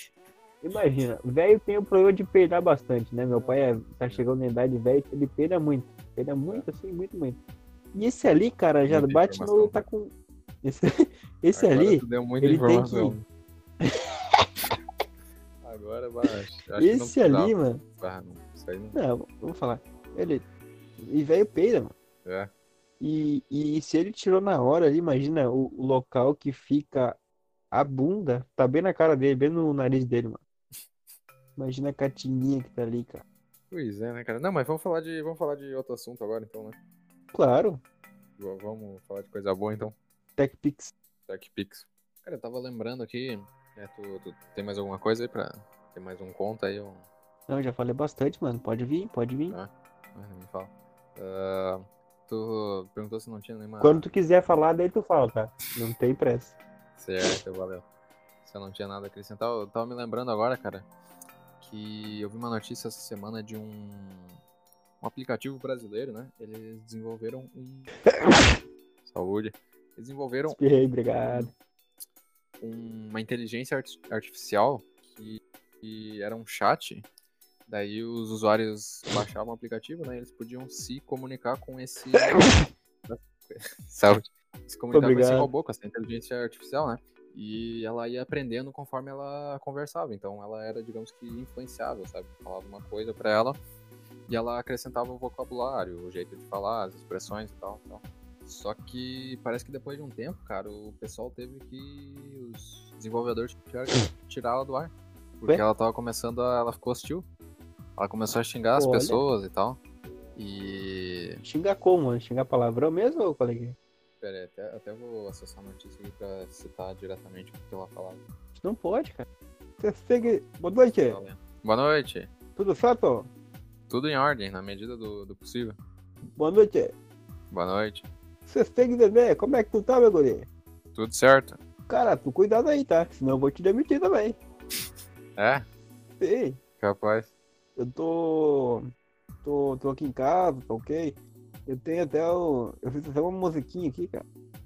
Speaker 1: Imagina. Velho tem o problema de peidar bastante, né? Meu pai é- tá chegando na idade velha, ele peida muito. Peida muito, assim, muito, muito. E esse ali, cara, já
Speaker 2: Muita
Speaker 1: bate no.
Speaker 2: informação. né?
Speaker 1: Tá com. Esse, esse
Speaker 2: Agora
Speaker 1: ali.
Speaker 2: tu deu muita
Speaker 1: ele tem
Speaker 2: informação. Agora baixa.
Speaker 1: Esse ali, mano.
Speaker 2: mano. Isso aí não.
Speaker 1: Não, vamos falar. Ele. E velho peida, mano.
Speaker 2: É.
Speaker 1: E, e se ele tirou na hora ali, imagina o, o local que fica a bunda, tá bem na cara dele, bem no nariz dele, mano. Imagina a catininha que tá ali, cara.
Speaker 2: Pois é, né, cara? Não, mas vamos falar de, vamos falar de outro assunto agora, então, né?
Speaker 1: Claro.
Speaker 2: v- vamos falar de coisa boa então.
Speaker 1: TechPix.
Speaker 2: TechPix. Cara, eu tava lembrando aqui, né, tu, tu tem mais alguma coisa aí pra. Tem mais um conta aí, um,
Speaker 1: Não, já falei bastante, mano. Pode vir, pode vir.
Speaker 2: Ah. Ah, não me fala. Ah, tu perguntou se não tinha nenhuma.
Speaker 1: Quando tu quiser falar, daí tu fala, tá? Não tem pressa.
Speaker 2: Certo, valeu. Se eu não tinha nada a acrescentar, eu tava me lembrando agora, cara, que eu vi uma notícia essa semana de um, um aplicativo brasileiro, né? Eles desenvolveram um. Saúde. Eles desenvolveram
Speaker 1: Espirrei, obrigado.
Speaker 2: um- uma inteligência arti- artificial que, que era um chat. Daí os usuários baixavam o aplicativo, né? Eles podiam se comunicar com esse. Saúde. Se comunicar com
Speaker 1: Obrigado.
Speaker 2: esse robô, com essa inteligência artificial, né? E ela ia aprendendo conforme ela conversava. Então ela era, digamos que, influenciável, sabe? Falava uma coisa pra ela e ela acrescentava o vocabulário, o jeito de falar, as expressões e tal. Então, tal. Só que parece que depois de um tempo, cara, o pessoal teve que. Os desenvolvedores tiveram que tirar ela do ar. Porque
Speaker 1: Ué?
Speaker 2: ela tava começando a. Ela ficou hostil. Ela começou a xingar as
Speaker 1: Olha.
Speaker 2: pessoas e tal. E.
Speaker 1: Xinga como, mano? Xinga palavrão mesmo, ô coleguinha?
Speaker 2: Pera aí, até, até vou acessar a notícia aqui pra citar diretamente o que ela falava.
Speaker 1: Isso não pode, cara. Você segue. Boa noite.
Speaker 2: Tá lendo. Boa noite.
Speaker 1: Tudo certo?
Speaker 2: Tudo em ordem, na medida do, do possível.
Speaker 1: Boa noite.
Speaker 2: Boa noite.
Speaker 1: Você segue bebê. Como é que tu tá, meu guri?
Speaker 2: Tudo certo?
Speaker 1: Cara, tu cuidado aí, tá? Senão eu vou te demitir também.
Speaker 2: É?
Speaker 1: Sim.
Speaker 2: Capaz.
Speaker 1: Eu tô. tô, tô aqui em casa, tá ok? Eu tenho até o. Eu fiz até uma musiquinha aqui, cara.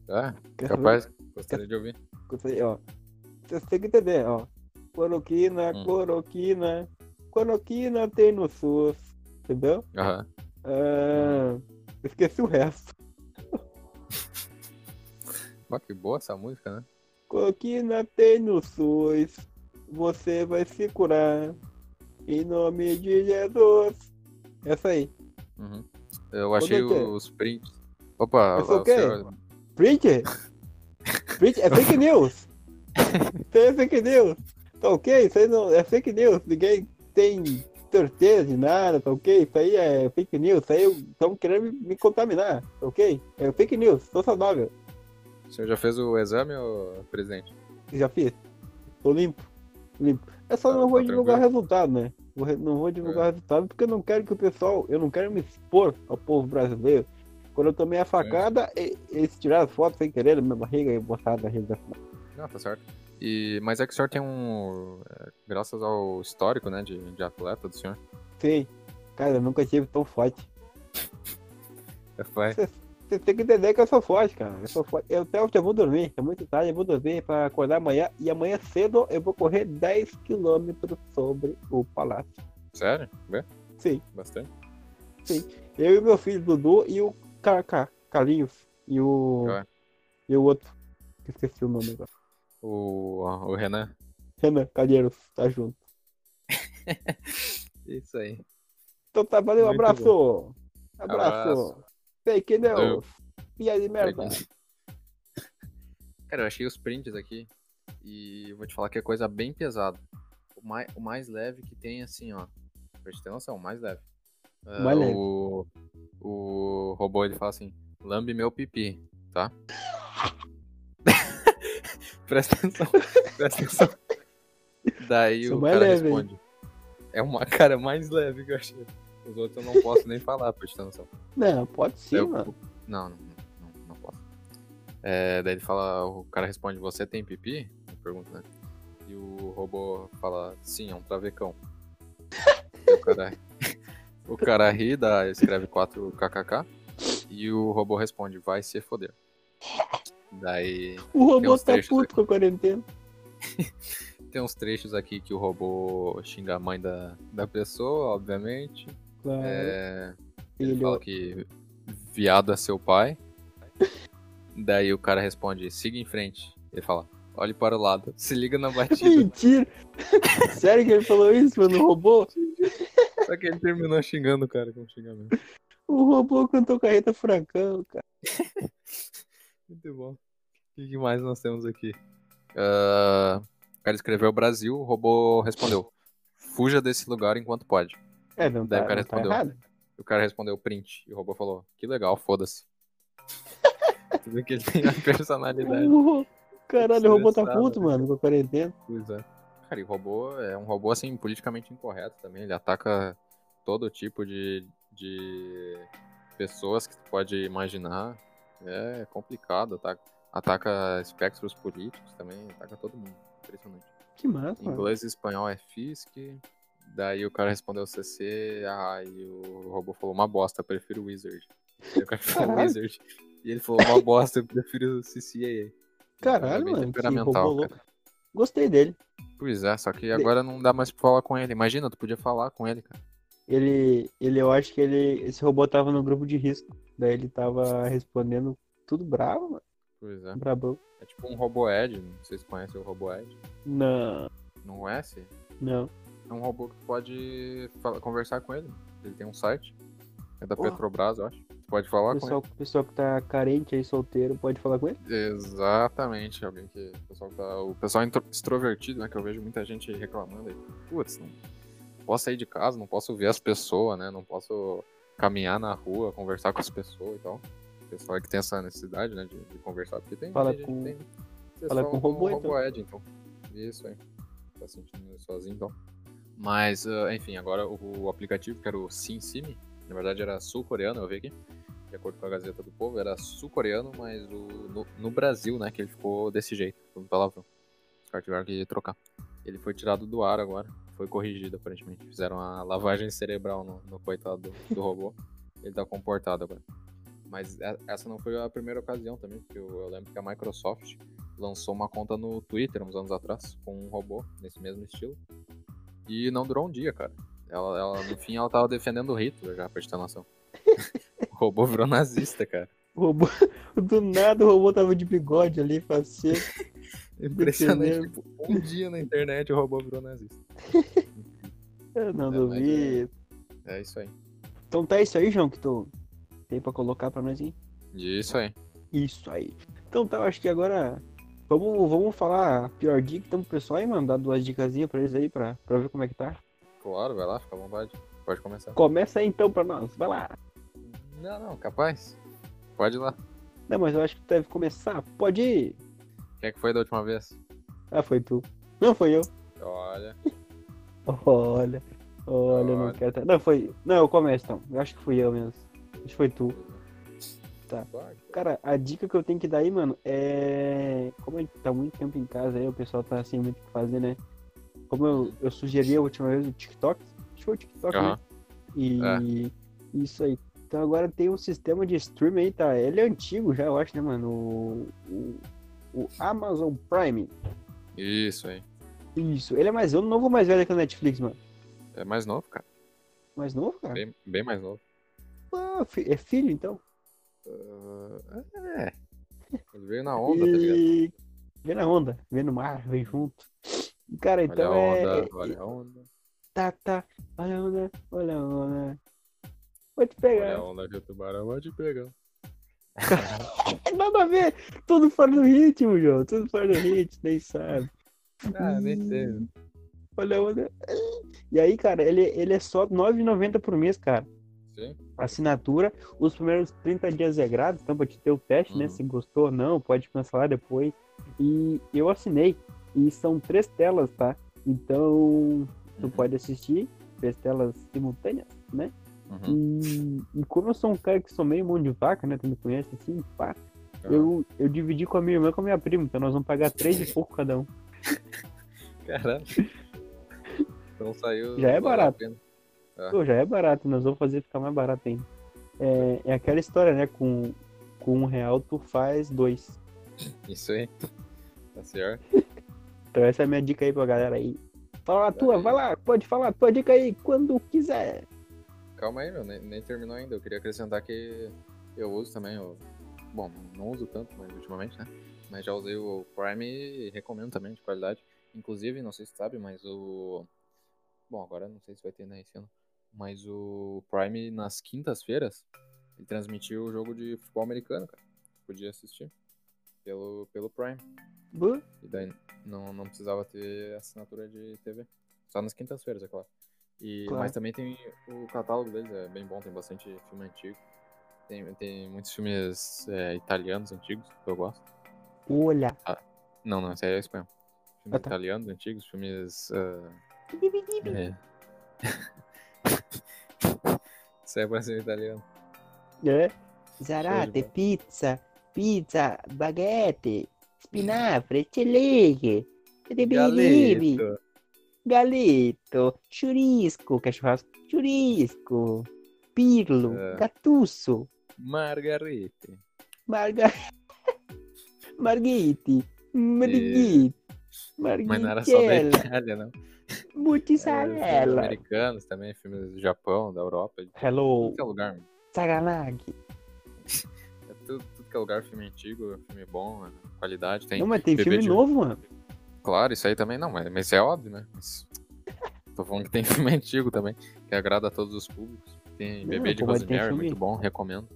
Speaker 2: É?
Speaker 1: Quer
Speaker 2: Capaz. Gostaria de ouvir.
Speaker 1: saber? Isso aí, ó. Você tem que entender, ó. Cloroquina,
Speaker 2: Hum.
Speaker 1: cloroquina. Cloroquina tem no SUS. Entendeu?
Speaker 2: Aham.
Speaker 1: Ah, esqueci o resto.
Speaker 2: Ó, que boa essa música, né?
Speaker 1: Cloroquina tem no SUS. Você vai se curar. Em nome de Jesus. Essa aí.
Speaker 2: Uhum. Eu achei
Speaker 1: noite.
Speaker 2: os prints. Opa,
Speaker 1: Mas o
Speaker 2: o
Speaker 1: quê?
Speaker 2: senhor-
Speaker 1: Print? Print é fake news. Isso aí é fake news. Tá ok? Isso aí não é fake news. Ninguém tem certeza de nada, tá ok? Isso aí é fake news. Isso aí estão querendo me, me contaminar, tá ok? É fake news. Tô saudável.
Speaker 2: o senhor já fez o exame, ô, presidente?
Speaker 1: Já fiz. Tô limpo. Limpo. É só
Speaker 2: Tá-
Speaker 1: não vou
Speaker 2: tá
Speaker 1: divulgar resultado, né? Vou re- Não vou divulgar resultado porque eu não quero que o pessoal. Eu não quero me expor ao povo brasileiro. Quando eu tomei a facada, e- eles tiraram as fotos sem querer da minha barriga e botaram na rede da
Speaker 2: Não, tá certo. E, mas é que o senhor tem um. é, Graças ao histórico, né, de, de atleta do senhor.
Speaker 1: Sim. Cara, eu nunca tive tão forte.
Speaker 2: É, Foi.
Speaker 1: Você tem que entender que eu sou forte, cara. Eu sou forte. Eu até hoje eu vou dormir. É muito tarde, eu vou dormir pra acordar amanhã. E amanhã cedo eu vou correr 10 km sobre o palácio.
Speaker 2: Sério? Vê?
Speaker 1: Sim.
Speaker 2: Bastante.
Speaker 1: Eu e meu filho Dudu e o Kaká, Carlinhos. E o.
Speaker 2: Ué.
Speaker 1: E o outro. que Esqueci o nome agora.
Speaker 2: O, o Renan.
Speaker 1: Renan Calheiros, tá junto.
Speaker 2: Isso aí.
Speaker 1: Então tá, valeu,
Speaker 2: Muito
Speaker 1: abraço. Abraço.
Speaker 2: Abraço.
Speaker 1: Fake
Speaker 2: Valeu.
Speaker 1: news. Piada de merda.
Speaker 2: Cara, eu achei os prints aqui e eu vou te falar que é coisa bem pesada. O mai- o mais, leve que tem, assim, ó. Pra gente ter noção, o mais leve. Ah,
Speaker 1: Mais leve.
Speaker 2: O, o robô, ele fala assim, lambe meu pipi, tá? presta atenção, presta atenção. Daí
Speaker 1: Isso é
Speaker 2: o
Speaker 1: mais
Speaker 2: cara
Speaker 1: leve, hein?
Speaker 2: responde. É uma cara mais leve que eu achei. Os outros eu não posso nem falar, pra gente ter noção.
Speaker 1: Não, pode sim,
Speaker 2: É, Eu-
Speaker 1: mano.
Speaker 2: Não, não, não, não posso. É, daí ele fala, o cara responde, você tem pipi? Ele Pergunta, né? E o robô fala, sim, é um travecão. E o cara, o cara ri, dá, escreve 4 kkk, e o robô responde, vai se foder. Daí
Speaker 1: O robô
Speaker 2: uns
Speaker 1: tá
Speaker 2: trechos
Speaker 1: puto
Speaker 2: aqui.
Speaker 1: com a quarentena.
Speaker 2: tem uns trechos aqui que o robô xinga a mãe da, da pessoa, obviamente.
Speaker 1: Claro.
Speaker 2: É, Ele
Speaker 1: Filho,
Speaker 2: fala que viado é seu pai. Daí o cara responde, siga em frente. Ele fala, olhe para o lado, se liga na batida.
Speaker 1: Mentira! Sério que ele falou isso, mano? O robô?
Speaker 2: Só que ele terminou xingando o cara com xingamento.
Speaker 1: O robô cantou carreta furacão, cara.
Speaker 2: Muito bom. O que que mais nós temos aqui? Ah, o cara escreveu Brasil, o robô respondeu, fuja desse lugar enquanto pode.
Speaker 1: É, não
Speaker 2: Daí
Speaker 1: tá,
Speaker 2: o cara
Speaker 1: não tá
Speaker 2: respondeu.
Speaker 1: errado.
Speaker 2: O cara respondeu print, e o robô falou, que legal, foda-se. Tu vê que ele tem a personalidade.
Speaker 1: Caralho, o robô tá
Speaker 2: Estressado,
Speaker 1: puto,
Speaker 2: né?
Speaker 1: mano, com a quarentena.
Speaker 2: Pois é. Cara, e robô é um robô, assim, politicamente incorreto também. Ele ataca todo tipo de, de pessoas que tu pode imaginar. É complicado. Ataca, ataca espectros políticos também. Ataca todo mundo. Impressionante.
Speaker 1: Que massa, mano.
Speaker 2: Inglês e espanhol é FISC. Daí o cara respondeu CC. Ah, e o robô falou uma bosta, prefiro Wizard. Daí o cara falou
Speaker 1: Caralho.
Speaker 2: Wizard. E ele falou uma bosta, eu prefiro CCA.
Speaker 1: Caralho,
Speaker 2: é bem
Speaker 1: mano, que
Speaker 2: temperamental,
Speaker 1: robô
Speaker 2: cara.
Speaker 1: Gostei dele.
Speaker 2: Pois é, só que agora não dá mais pra falar com ele. Imagina, tu podia falar com ele, cara.
Speaker 1: Ele, ele, eu acho que ele, esse robô tava no grupo de risco. Daí ele tava respondendo tudo bravo, mano.
Speaker 2: Pois é.
Speaker 1: Brabão.
Speaker 2: É tipo um robô Ed, não sei se conhece o robô Ed.
Speaker 1: Não,
Speaker 2: Não conhece?
Speaker 1: não.
Speaker 2: É um robô que tu pode fala- conversar com ele. Ele tem um site. É da
Speaker 1: Porra. é
Speaker 2: Petrobras, eu acho. Tu pode falar com
Speaker 1: Pessoal, pessoal que tá carente aí, solteiro, pode falar com ele?
Speaker 2: Exatamente, alguém que. O pessoal, tá, o pessoal intro- extrovertido, né? Que eu vejo muita gente reclamando aí. Putz, não posso sair de casa, não posso ver as pessoas, né? Não posso caminhar na rua, conversar com as pessoas e tal. O pessoal é que tem essa necessidade, né? De, de conversar, porque tem.
Speaker 1: Fala
Speaker 2: tem
Speaker 1: com-
Speaker 2: gente que tem- Você é
Speaker 1: fala
Speaker 2: só
Speaker 1: com o
Speaker 2: um
Speaker 1: robô, então.
Speaker 2: Ed, então. Isso aí. Tá sentindo sozinho, então. Mas, ah, enfim, agora o, o aplicativo que era o SimSimi, na verdade era sul-coreano, eu vi aqui, de acordo com a Gazeta do Povo, era sul-coreano, mas o, no, no Brasil, né, que ele ficou desse jeito, foi um palavrão. Os caras tiveram que trocar. Ele foi tirado do ar agora, foi corrigido aparentemente. Fizeram a lavagem cerebral no, no coitado do, do robô. Ele tá comportado agora. Mas e- essa não foi a primeira ocasião também, porque eu, eu lembro que a Microsoft lançou uma conta no Twitter uns anos atrás, com um robô, nesse mesmo estilo. E não durou um dia, cara. Ela, ela, no fim, ela tava defendendo o Hitler já, pra gente ter noção. o robô virou nazista, cara.
Speaker 1: O robô, do nada o robô tava de bigode ali, faceiro.
Speaker 2: Impressionante.
Speaker 1: Defendendo.
Speaker 2: Tipo, um dia na internet o robô virou nazista.
Speaker 1: Eu não
Speaker 2: É,
Speaker 1: duvido.
Speaker 2: É isso aí.
Speaker 1: Então tá isso aí, João, que tu tem pra colocar pra nós, hein?
Speaker 2: Isso aí.
Speaker 1: Isso aí. Então tá, eu acho que agora vamos, vamos falar a pior dica então pro pessoal aí, mano. Dar duas dicasinhas pra eles aí, pra, pra ver como é que tá.
Speaker 2: Claro, vai lá, fica à vontade. Pode começar.
Speaker 1: Começa aí então pra nós, vai lá.
Speaker 2: Não, não, capaz. Pode ir lá.
Speaker 1: Não, mas eu acho que tu deve começar. Pode ir.
Speaker 2: Quem é que foi da última vez?
Speaker 1: Ah, foi tu. Não, foi eu.
Speaker 2: Olha.
Speaker 1: Olha, olha, eu não
Speaker 2: Olha.
Speaker 1: quero. tá- Não, foi. Não, eu começo então. Eu acho que fui eu mesmo. Acho que foi tu. Tá.
Speaker 2: Claro.
Speaker 1: Cara, a dica que eu tenho que dar aí, mano, é. Como a gente tá muito tempo em casa aí, o pessoal tá sem muito o que fazer, né? Como eu, eu sugeri a última vez o TikTok. Acho que foi o TikTok, né?
Speaker 2: Aham.
Speaker 1: E
Speaker 2: É.
Speaker 1: isso aí. Então agora tem um sistema de streaming aí, tá? Ele é antigo já, eu acho, né, mano? O, o, o Amazon Prime.
Speaker 2: Isso aí.
Speaker 1: Isso. Ele é mais eu não vou mais velho que o Netflix, mano.
Speaker 2: É mais novo, cara.
Speaker 1: Mais novo, cara?
Speaker 2: Bem, bem mais novo.
Speaker 1: Ah, fi- é filho, então.
Speaker 2: É. Ele veio na onda, tá ligado?
Speaker 1: e... Vem na onda, vem no mar, vem junto. Cara,
Speaker 2: Olha
Speaker 1: então
Speaker 2: a
Speaker 1: é.
Speaker 2: onda,
Speaker 1: é-
Speaker 2: olha a onda.
Speaker 1: Tá, tá. Olha a onda, olha a onda. Vou te pegar.
Speaker 2: Olha a onda que o tubarão vai te pegar.
Speaker 1: É Nada a ver. Tudo fora do ritmo, João. Tudo fora do ritmo, nem sabe.
Speaker 2: Ah, nem sei.
Speaker 1: Olha a onda. E aí, cara, ele, ele é só R$ 9,90 por mês, cara.
Speaker 2: Sim.
Speaker 1: Assinatura. Os primeiros 30 dias é grátis, então pra te ter o teste, né?
Speaker 2: Uhum.
Speaker 1: Se gostou ou não, pode cancelar depois. E eu assinei. E são três telas, tá? Então, tu
Speaker 2: Uhum.
Speaker 1: pode assistir três telas simultâneas.
Speaker 2: Uhum.
Speaker 1: E, e como eu sou um cara que sou meio mão de vaca, né? Tu me conhece assim, pá.
Speaker 2: Aham.
Speaker 1: Eu, eu dividi com a minha irmã e com a minha prima, então nós vamos pagar três e pouco cada um.
Speaker 2: Caralho. Então saiu.
Speaker 1: Já é
Speaker 2: valeu a
Speaker 1: barato.
Speaker 2: pena. Tá.
Speaker 1: Pô, já é barato, nós vamos fazer ficar mais barato ainda. É, é aquela história, né? Com, com um real tu faz dois.
Speaker 2: Isso aí. Tá certo.
Speaker 1: Então essa é a minha dica aí pra galera aí. Fala a tua,
Speaker 2: aí.
Speaker 1: vai lá, pode falar, tua dica aí, quando quiser.
Speaker 2: Calma aí, meu, nem, nem terminou ainda. Eu queria acrescentar que eu uso também o. Bom, não uso tanto, mas ultimamente, né? Mas já usei o Prime e recomendo também, de qualidade. Inclusive, não sei se sabe, mas o. Bom, agora não sei se vai ter né, esse ano. Mas o Prime, nas quintas-feiras, ele transmitiu o jogo de futebol americano, cara. Podia assistir pelo, pelo Prime.
Speaker 1: Bu-
Speaker 2: E daí não, não precisava ter assinatura de TV. Só nas quintas-feiras, é claro. E,
Speaker 1: Claro.
Speaker 2: Mas também tem o catálogo deles, é bem bom, tem bastante filme antigo. Tem, tem muitos filmes é, italianos antigos que eu gosto.
Speaker 1: Olha.
Speaker 2: Não, não, esse aí é espanhol. Filmes
Speaker 1: Ah, tá.
Speaker 2: italianos antigos, filmes. ah, é. Isso aí parece um italiano.
Speaker 1: É. Zarate,
Speaker 2: bola.
Speaker 1: pizza, pizza, baguete, espinafre, chilique, beberibe, galeto, churisco, que é churrasco, churisco, pirlo,
Speaker 2: É.
Speaker 1: gatusso,
Speaker 2: Margarete.
Speaker 1: marga... marguite, marguite,
Speaker 2: Mas não era só né? da
Speaker 1: marguitela,
Speaker 2: Itália, não. É, filmes
Speaker 1: mutisarela.
Speaker 2: americanos também, filmes do Japão, da Europa, de
Speaker 1: Hello,
Speaker 2: tudo que é lugar. mano.
Speaker 1: Saganagi.
Speaker 2: É tudo, tudo que é lugar, filme antigo, filme bom, né? qualidade. Tem,
Speaker 1: Não, mas tem
Speaker 2: Bebê
Speaker 1: filme
Speaker 2: de-
Speaker 1: novo, mano.
Speaker 2: claro, isso aí também não, mas, mas é óbvio, né? Mas tô falando que tem filme antigo também, que agrada a todos os públicos. Tem
Speaker 1: Não,
Speaker 2: Bebê de
Speaker 1: pô, mas tem
Speaker 2: Rosemary, é
Speaker 1: filme-
Speaker 2: muito bom, recomendo.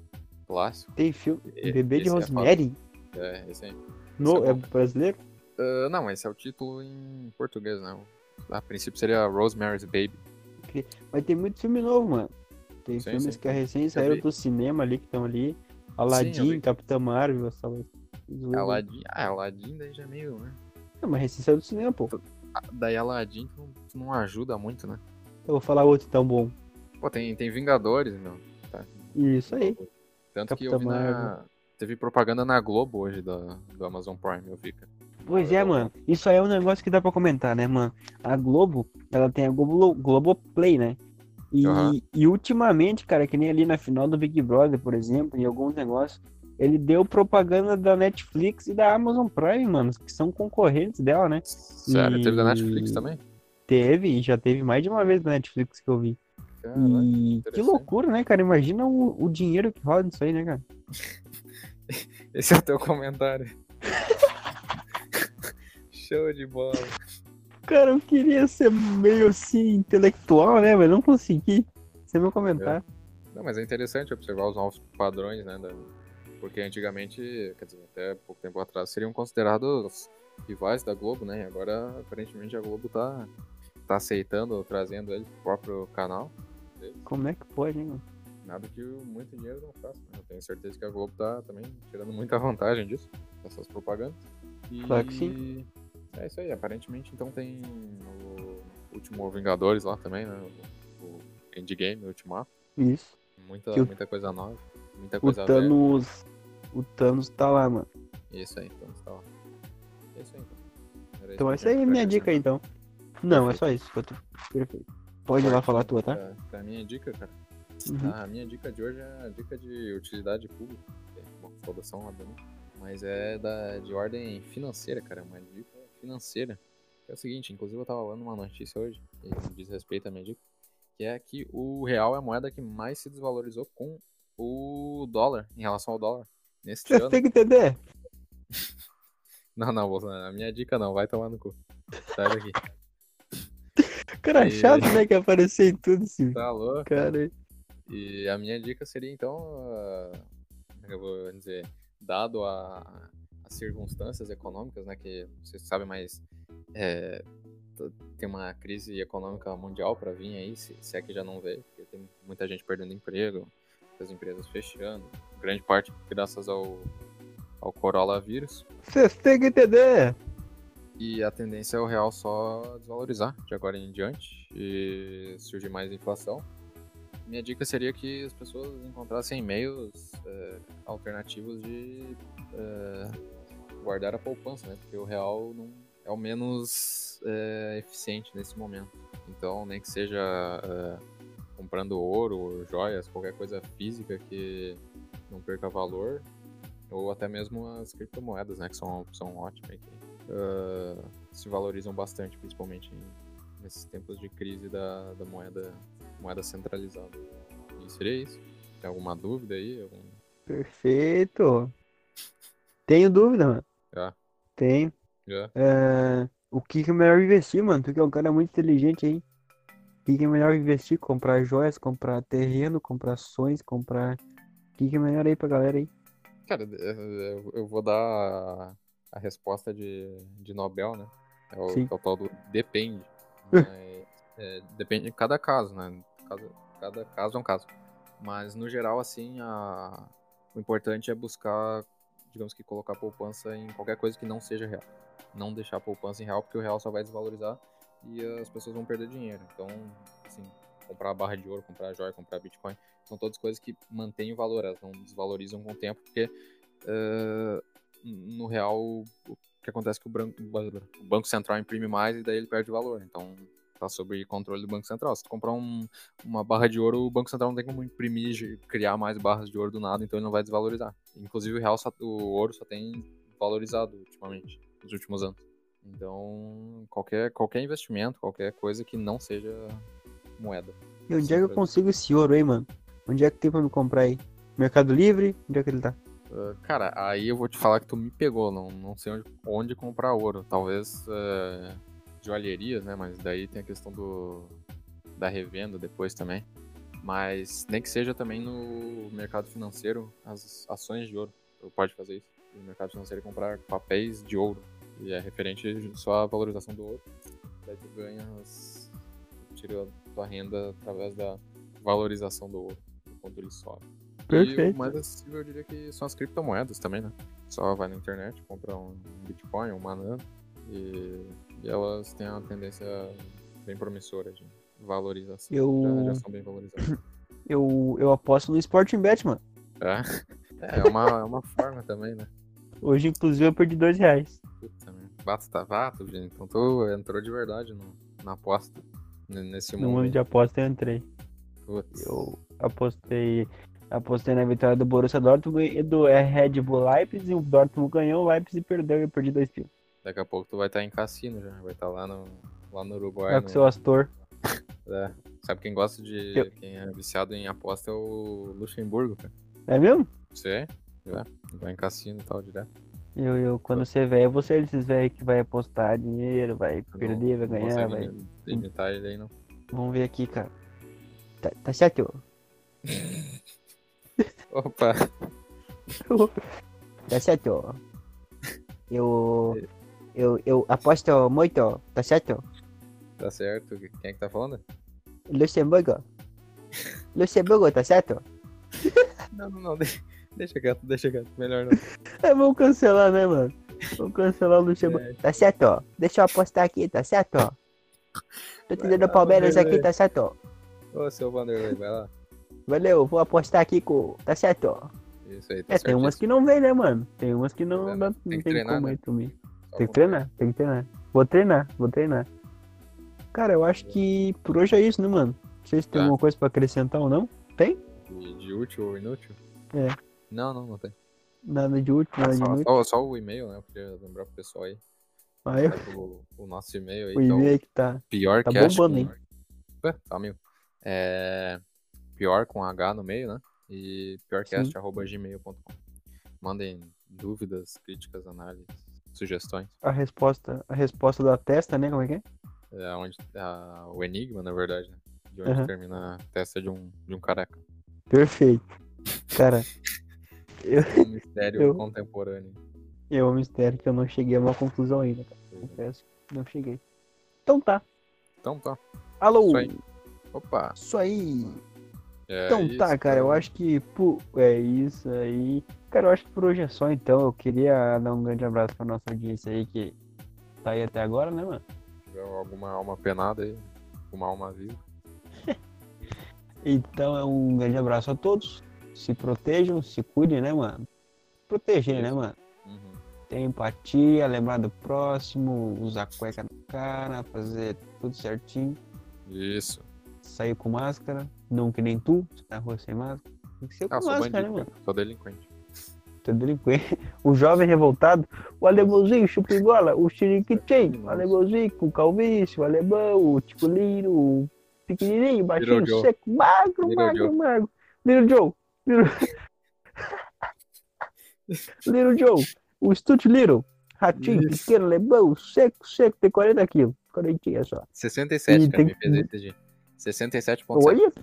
Speaker 2: Clássico.
Speaker 1: Tem filme.
Speaker 2: E-
Speaker 1: Bebê de
Speaker 2: esse é
Speaker 1: Rosemary?
Speaker 2: fato. É, esse aí.
Speaker 1: No...
Speaker 2: Esse é
Speaker 1: É brasileiro?
Speaker 2: Ah, não, esse é o título em português, né? A princípio seria Rosemary's Baby.
Speaker 1: Mas tem muito filme novo, mano. Tem
Speaker 2: Sim,
Speaker 1: filmes
Speaker 2: sim.
Speaker 1: que recém
Speaker 2: vi.
Speaker 1: saíram do cinema ali, que estão ali.
Speaker 2: Sim, eu
Speaker 1: Aladdin,
Speaker 2: vi.
Speaker 1: Capitã Marvel, essa zoeira.
Speaker 2: Aladdin. Ah, Aladdin daí já é meio, né?
Speaker 1: Não, mas recém saiu do cinema, pô.
Speaker 2: Ah, Daí Aladdin tu não- tu não ajuda muito, né?
Speaker 1: Eu vou falar outro tão bom.
Speaker 2: Pô, tem, tem Vingadores, meu. tá,
Speaker 1: Isso aí.
Speaker 2: Tanto que eu
Speaker 1: Capitã
Speaker 2: vi na... Teve propaganda na Globo hoje do, do Amazon Prime, eu vi, cara.
Speaker 1: Pois
Speaker 2: eu
Speaker 1: é,
Speaker 2: vou-
Speaker 1: mano. Isso aí é um negócio que dá pra comentar, né, mano? A Globo, ela tem a Globo, Globoplay, né? E,
Speaker 2: Aham.
Speaker 1: e ultimamente, cara, que nem ali na final do Big Brother, por exemplo, em alguns negócios, ele deu propaganda da Netflix e da Amazon Prime, mano, que são concorrentes dela, né?
Speaker 2: Sério, teve da
Speaker 1: E-
Speaker 2: Netflix também?
Speaker 1: Teve, e já teve mais de uma vez na Netflix que eu vi.
Speaker 2: Caralho.
Speaker 1: E que
Speaker 2: interessante.
Speaker 1: loucura, né, cara? Imagina o, o dinheiro que roda nisso aí, né, cara?
Speaker 2: Esse é o teu comentário. Show de bola.
Speaker 1: Cara, eu queria ser meio assim, intelectual, né, mas não consegui. Sem meu comentário.
Speaker 2: Não, mas é interessante observar os novos padrões, né? da- Porque antigamente, quer dizer, até pouco tempo atrás, seriam considerados rivais da Globo, né? E agora, aparentemente, a Globo tá, tá aceitando, trazendo ele pro próprio canal.
Speaker 1: Como é que pode, né, mano?
Speaker 2: Nada que o muito dinheiro não faça. né? Eu tenho certeza que a Globo tá também tirando muita vantagem disso, dessas propagandas. E...
Speaker 1: Claro que sim.
Speaker 2: É isso aí, aparentemente então tem o último Vingadores lá também, né? O o Endgame, o Ultimato.
Speaker 1: Isso.
Speaker 2: Muita,
Speaker 1: Que o-
Speaker 2: muita coisa nova, muita
Speaker 1: O
Speaker 2: coisa velha.
Speaker 1: Thanos. O Thanos tá lá, mano.
Speaker 2: Isso aí, então está lá. É isso aí, então. Era
Speaker 1: Então
Speaker 2: que eu
Speaker 1: essa aí é
Speaker 2: tinha
Speaker 1: a
Speaker 2: pra
Speaker 1: minha dica aí, então. Não, é só isso. que eu tô- Perfeito. Pode ir lá falar a tua, tá?
Speaker 2: acrescentar. É, Pra- pra minha dica, cara.
Speaker 1: Uhum.
Speaker 2: Ah, a minha dica de hoje é a dica de utilidade pública. que é uma saudação lá dentro. Mas é da, de ordem financeira, cara. é Uma dica financeira. Que é o seguinte, inclusive eu tava lendo uma notícia hoje, que diz respeito à minha dica, que é que o real é a moeda que mais se desvalorizou com o dólar, em relação ao dólar, neste
Speaker 1: Você
Speaker 2: ano.
Speaker 1: tem que entender.
Speaker 2: Não, não, Bolsonaro, a minha dica não, vai tomar no cu. Sai daqui.
Speaker 1: Cara,
Speaker 2: E-
Speaker 1: chato, né, que apareceu em tudo esse
Speaker 2: Tá louco?
Speaker 1: cara.
Speaker 2: E a minha dica seria então, ah, como é que eu vou dizer, dado a- as circunstâncias econômicas, né, que vocês sabem, mas é, t- tem uma crise econômica mundial para vir aí, se, se é que já não veio, porque tem muita gente perdendo emprego, as empresas fechando, grande parte graças ao, ao coronavírus.
Speaker 1: Você tem que entender.
Speaker 2: E a tendência é o real só desvalorizar de agora em diante e surgir mais inflação. Minha dica seria que as pessoas encontrassem meios eh, alternativos de eh, guardar a poupança, né? Porque o real não é o menos eh, eficiente nesse momento. Então, nem que seja eh, comprando ouro, joias, qualquer coisa física que não perca valor, ou até mesmo as criptomoedas, né? Que são uma opção ótima e que ah, se valorizam bastante, principalmente em- nesses tempos de crise da, da moeda, moeda centralizada. E seria isso. Tem alguma dúvida aí? Algum-
Speaker 1: Perfeito. Tenho dúvida, mano.
Speaker 2: Já.
Speaker 1: Tenho.
Speaker 2: Já?
Speaker 1: É, O que que é melhor investir, mano? Tu que é um cara muito inteligente aí. O que que é melhor investir? Comprar joias, comprar terreno, comprar ações, comprar. O que que é melhor aí pra galera aí?
Speaker 2: Cara, eh, eu- eu vou dar a, a resposta de, de Nobel, né? É o,
Speaker 1: Sim.
Speaker 2: que é o tal do depende. Mas, eh, depende de cada caso, né? Caso- cada caso é um caso. Mas no geral, assim, a... o importante é buscar, digamos que colocar poupança em qualquer coisa que não seja real. Não deixar poupança em real, porque o real só vai desvalorizar e as pessoas vão perder dinheiro. Então, assim, comprar barra de ouro, comprar joia, comprar bitcoin, são todas coisas que mantêm o valor, elas não desvalorizam com o tempo, porque uh, no real o que acontece é que o, branco, o Banco Central imprime mais e daí ele perde valor. Então, tá sob controle do Banco Central. Se tu comprar um, uma barra de ouro, o Banco Central não tem como imprimir, criar mais barras de ouro do nada, então ele não vai desvalorizar. Inclusive o real, só, o ouro só tem valorizado ultimamente, nos últimos anos. Então, qualquer, qualquer investimento, qualquer coisa que não seja moeda.
Speaker 1: E onde é que eu consigo esse ouro aí, mano? Onde é que tem pra me comprar aí? Mercado Livre? Onde é que ele tá?
Speaker 2: Uh, cara, aí eu vou te falar que tu me pegou, não, não sei onde, onde comprar ouro. Talvez uh, joalherias, né? Mas daí tem a questão do, da revenda depois também. Mas nem que seja também no mercado financeiro, as ações de ouro. Tu pode fazer isso. No mercado financeiro é comprar papéis de ouro. E é referente só à valorização do ouro. Daí tu ganha as... tira a tua renda através da valorização do ouro, quando ele sobe.
Speaker 1: Perfeito.
Speaker 2: E o mais acessível eu diria que são as criptomoedas também, né? Só vai na internet, compra um Bitcoin, um Manana, e, e elas têm uma tendência bem promissora de valorização.
Speaker 1: Eu-
Speaker 2: Já, já são bem valorizadas.
Speaker 1: Eu, eu aposto no Sporting Bet, mano.
Speaker 2: É, é, uma, é uma forma também, né?
Speaker 1: Hoje, inclusive, eu perdi dois reais.
Speaker 2: Puta merda. Bato, tá bato, gente. Então tu entrou de verdade no, na aposta. n- Nesse
Speaker 1: No mundo
Speaker 2: mundo.
Speaker 1: de aposta eu entrei.
Speaker 2: Putz.
Speaker 1: Eu apostei, apostei na vitória do Borussia Dortmund e do é, Red Bull Leipzig. e O Dortmund ganhou, o Leipzig perdeu e eu perdi dois pilos.
Speaker 2: Daqui a pouco tu vai estar em cassino já. Vai estar lá no, lá no Uruguai.
Speaker 1: É com
Speaker 2: no-
Speaker 1: o seu Astor.
Speaker 2: É. Sabe quem gosta de.
Speaker 1: Eu-
Speaker 2: Quem é viciado em aposta é o Luxemburgo, cara.
Speaker 1: É mesmo?
Speaker 2: Você? É. Vai em cassino e tal, direto.
Speaker 1: Eu, eu, quando você é velho, você é desses velhos que vai apostar dinheiro, vai
Speaker 2: Não-
Speaker 1: perder, vai
Speaker 2: não
Speaker 1: ganhar,
Speaker 2: consegue
Speaker 1: É, vai.
Speaker 2: im- Imitar ele aí, não.
Speaker 1: Vamos ver aqui, cara. Tá, tá certo?
Speaker 2: Opa!
Speaker 1: Tá certo? Eu. Eu, eu aposto muito, tá certo?
Speaker 2: Tá certo. Quem é que tá falando?
Speaker 1: Luxemburgo. Luxemburgo, tá certo?
Speaker 2: Não, não, não. de- Deixa quieto, deixa quieto. Melhor não.
Speaker 1: É, vamos cancelar, né, mano? Vamos cancelar o Luxemburgo.
Speaker 2: É.
Speaker 1: Tá certo, ó. Deixa eu apostar aqui, tá certo? ó? Tô te
Speaker 2: Vai
Speaker 1: dando
Speaker 2: lá,
Speaker 1: Palmeiras
Speaker 2: Vanderlei.
Speaker 1: aqui, tá certo? ó?
Speaker 2: Ô, seu Vanderlei, vai lá.
Speaker 1: Valeu, vou apostar aqui com. Tá certo, ó.
Speaker 2: Isso aí, tá
Speaker 1: É, tem umas que não vem, né, mano? Tem umas que não,
Speaker 2: Pois é,
Speaker 1: dá,
Speaker 2: né?
Speaker 1: não
Speaker 2: Tem
Speaker 1: tem,
Speaker 2: que treinar,
Speaker 1: como
Speaker 2: né?
Speaker 1: ir também. Tem
Speaker 2: Só
Speaker 1: que
Speaker 2: com-
Speaker 1: treinar, tem que treinar. Vou treinar, vou treinar. Cara, eu acho que por hoje é isso, né, mano? Não sei se tem
Speaker 2: Tá.
Speaker 1: alguma coisa pra acrescentar ou não.
Speaker 2: De, de útil ou inútil?
Speaker 1: É.
Speaker 2: Não, não, não tem.
Speaker 1: Nada de útil, nada de
Speaker 2: só,
Speaker 1: muito.
Speaker 2: só- só o e-mail, né? Eu queria lembrar pro pessoal aí.
Speaker 1: Aí
Speaker 2: Tá pelo- o nosso e-mail aí.
Speaker 1: É. o
Speaker 2: tá o
Speaker 1: e-mail que tá.
Speaker 2: pior
Speaker 1: tá
Speaker 2: cast
Speaker 1: bombando,
Speaker 2: com-
Speaker 1: hein?
Speaker 2: Ué, tá, amigo. É, pior com H no meio, né? E piorcast.gmail.com. Mandem dúvidas, críticas, análises, sugestões.
Speaker 1: A resposta, a resposta da testa, né? Como é que é?
Speaker 2: É onde, a- o enigma, na verdade, né? De onde
Speaker 1: Aham.
Speaker 2: termina a testa de um, de um careca.
Speaker 1: Perfeito. Cara,
Speaker 2: Um mistério
Speaker 1: Eu-
Speaker 2: contemporâneo.
Speaker 1: eu amo mistério que eu não cheguei a uma conclusão ainda, cara. Confesso que não cheguei. Então tá.
Speaker 2: Então tá.
Speaker 1: Alô,
Speaker 2: Isso aí. Opa.
Speaker 1: isso aí.
Speaker 2: É
Speaker 1: Então
Speaker 2: isso,
Speaker 1: tá, cara, eu acho que pô, é isso aí. Cara, eu acho que por hoje é só então. Eu queria dar um grande abraço pra nossa audiência aí que tá aí até agora, né, mano?
Speaker 2: tiver alguma alma penada aí, uma alma viva.
Speaker 1: Então é um grande abraço a todos. Se protejam, se cuidem, né, mano? Proteger, né,
Speaker 2: Isso.
Speaker 1: mano?
Speaker 2: Uhum.
Speaker 1: Ter empatia, lembrar do próximo, usar cueca na cara, fazer tudo certinho,
Speaker 2: Isso.
Speaker 1: sair com máscara, não que nem tu, se tá na rua sem máscara. Tem que ser com
Speaker 2: Ah, sou
Speaker 1: máscara, né,
Speaker 2: bandido,
Speaker 1: mano?
Speaker 2: cara. Sou delinquente.
Speaker 1: Teu Tá delinquente. O jovem revoltado, o alemãozinho, chupigola, o chiriquitim, o alemãozinho com calvície, o alemão, o ticulino, o pequenininho, baixinho,
Speaker 2: Little Joe.
Speaker 1: seco, magro,
Speaker 2: Little
Speaker 1: magro,
Speaker 2: Joe.
Speaker 1: magro. Little Joe. Little, Little Joe. O Stut Little. Ratinho,
Speaker 2: Isso.
Speaker 1: pequeno, alemão, seco, seco, tem 40 quilos. 40 quilos só.
Speaker 2: 67,
Speaker 1: E
Speaker 2: cara,
Speaker 1: tem-
Speaker 2: me fez esse dia. 67.7.
Speaker 1: Olha,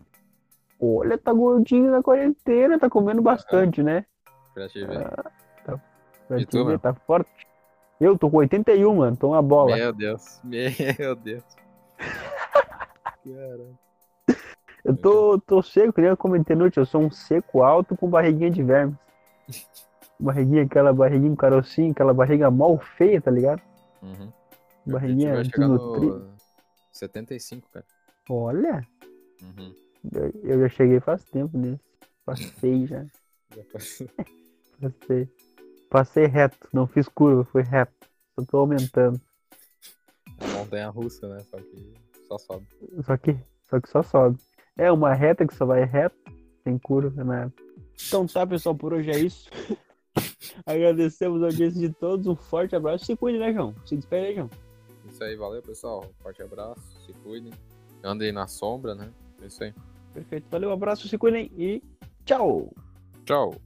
Speaker 1: olha, tá gordinho na quarentena, tá comendo bastante, né?
Speaker 2: Pra te ver.
Speaker 1: Ah, tá, pra
Speaker 2: E
Speaker 1: te
Speaker 2: tu,
Speaker 1: ver,
Speaker 2: Então, mano?
Speaker 1: tá forte. Eu tô com 81, mano. Tô uma bola.
Speaker 2: Meu Deus. Meu Deus. Caramba.
Speaker 1: Eu tô, tô seco, que nem eu comentei noite, eu sou um seco alto com barriguinha de vermes. Barriguinha, aquela barriguinha com carocinho, aquela barriga mal feia, tá ligado?
Speaker 2: Uhum.
Speaker 1: Barriguinha
Speaker 2: vai chegar
Speaker 1: tudo tri...
Speaker 2: no 75, cara.
Speaker 1: Olha,
Speaker 2: Uhum.
Speaker 1: eu, eu já cheguei faz tempo nisso. Passei já,
Speaker 2: Já é passou.
Speaker 1: passei. Passei reto, não fiz curva, fui reto. Só tô aumentando.
Speaker 2: É montanha russa, né? Só que só sobe.
Speaker 1: Só que, só que só sobe. É uma reta que só vai reto, sem curva, né? Então tá, pessoal, por hoje é isso. Agradecemos a audiência de todos, um forte abraço. Se cuide, né, João? Se despede, né, João?
Speaker 2: Isso aí, valeu, pessoal. Forte abraço, se cuidem. Andem na sombra, né? É Isso aí.
Speaker 1: um Perfeito. Valeu, abraço, se cuidem e tchau!
Speaker 2: Tchau.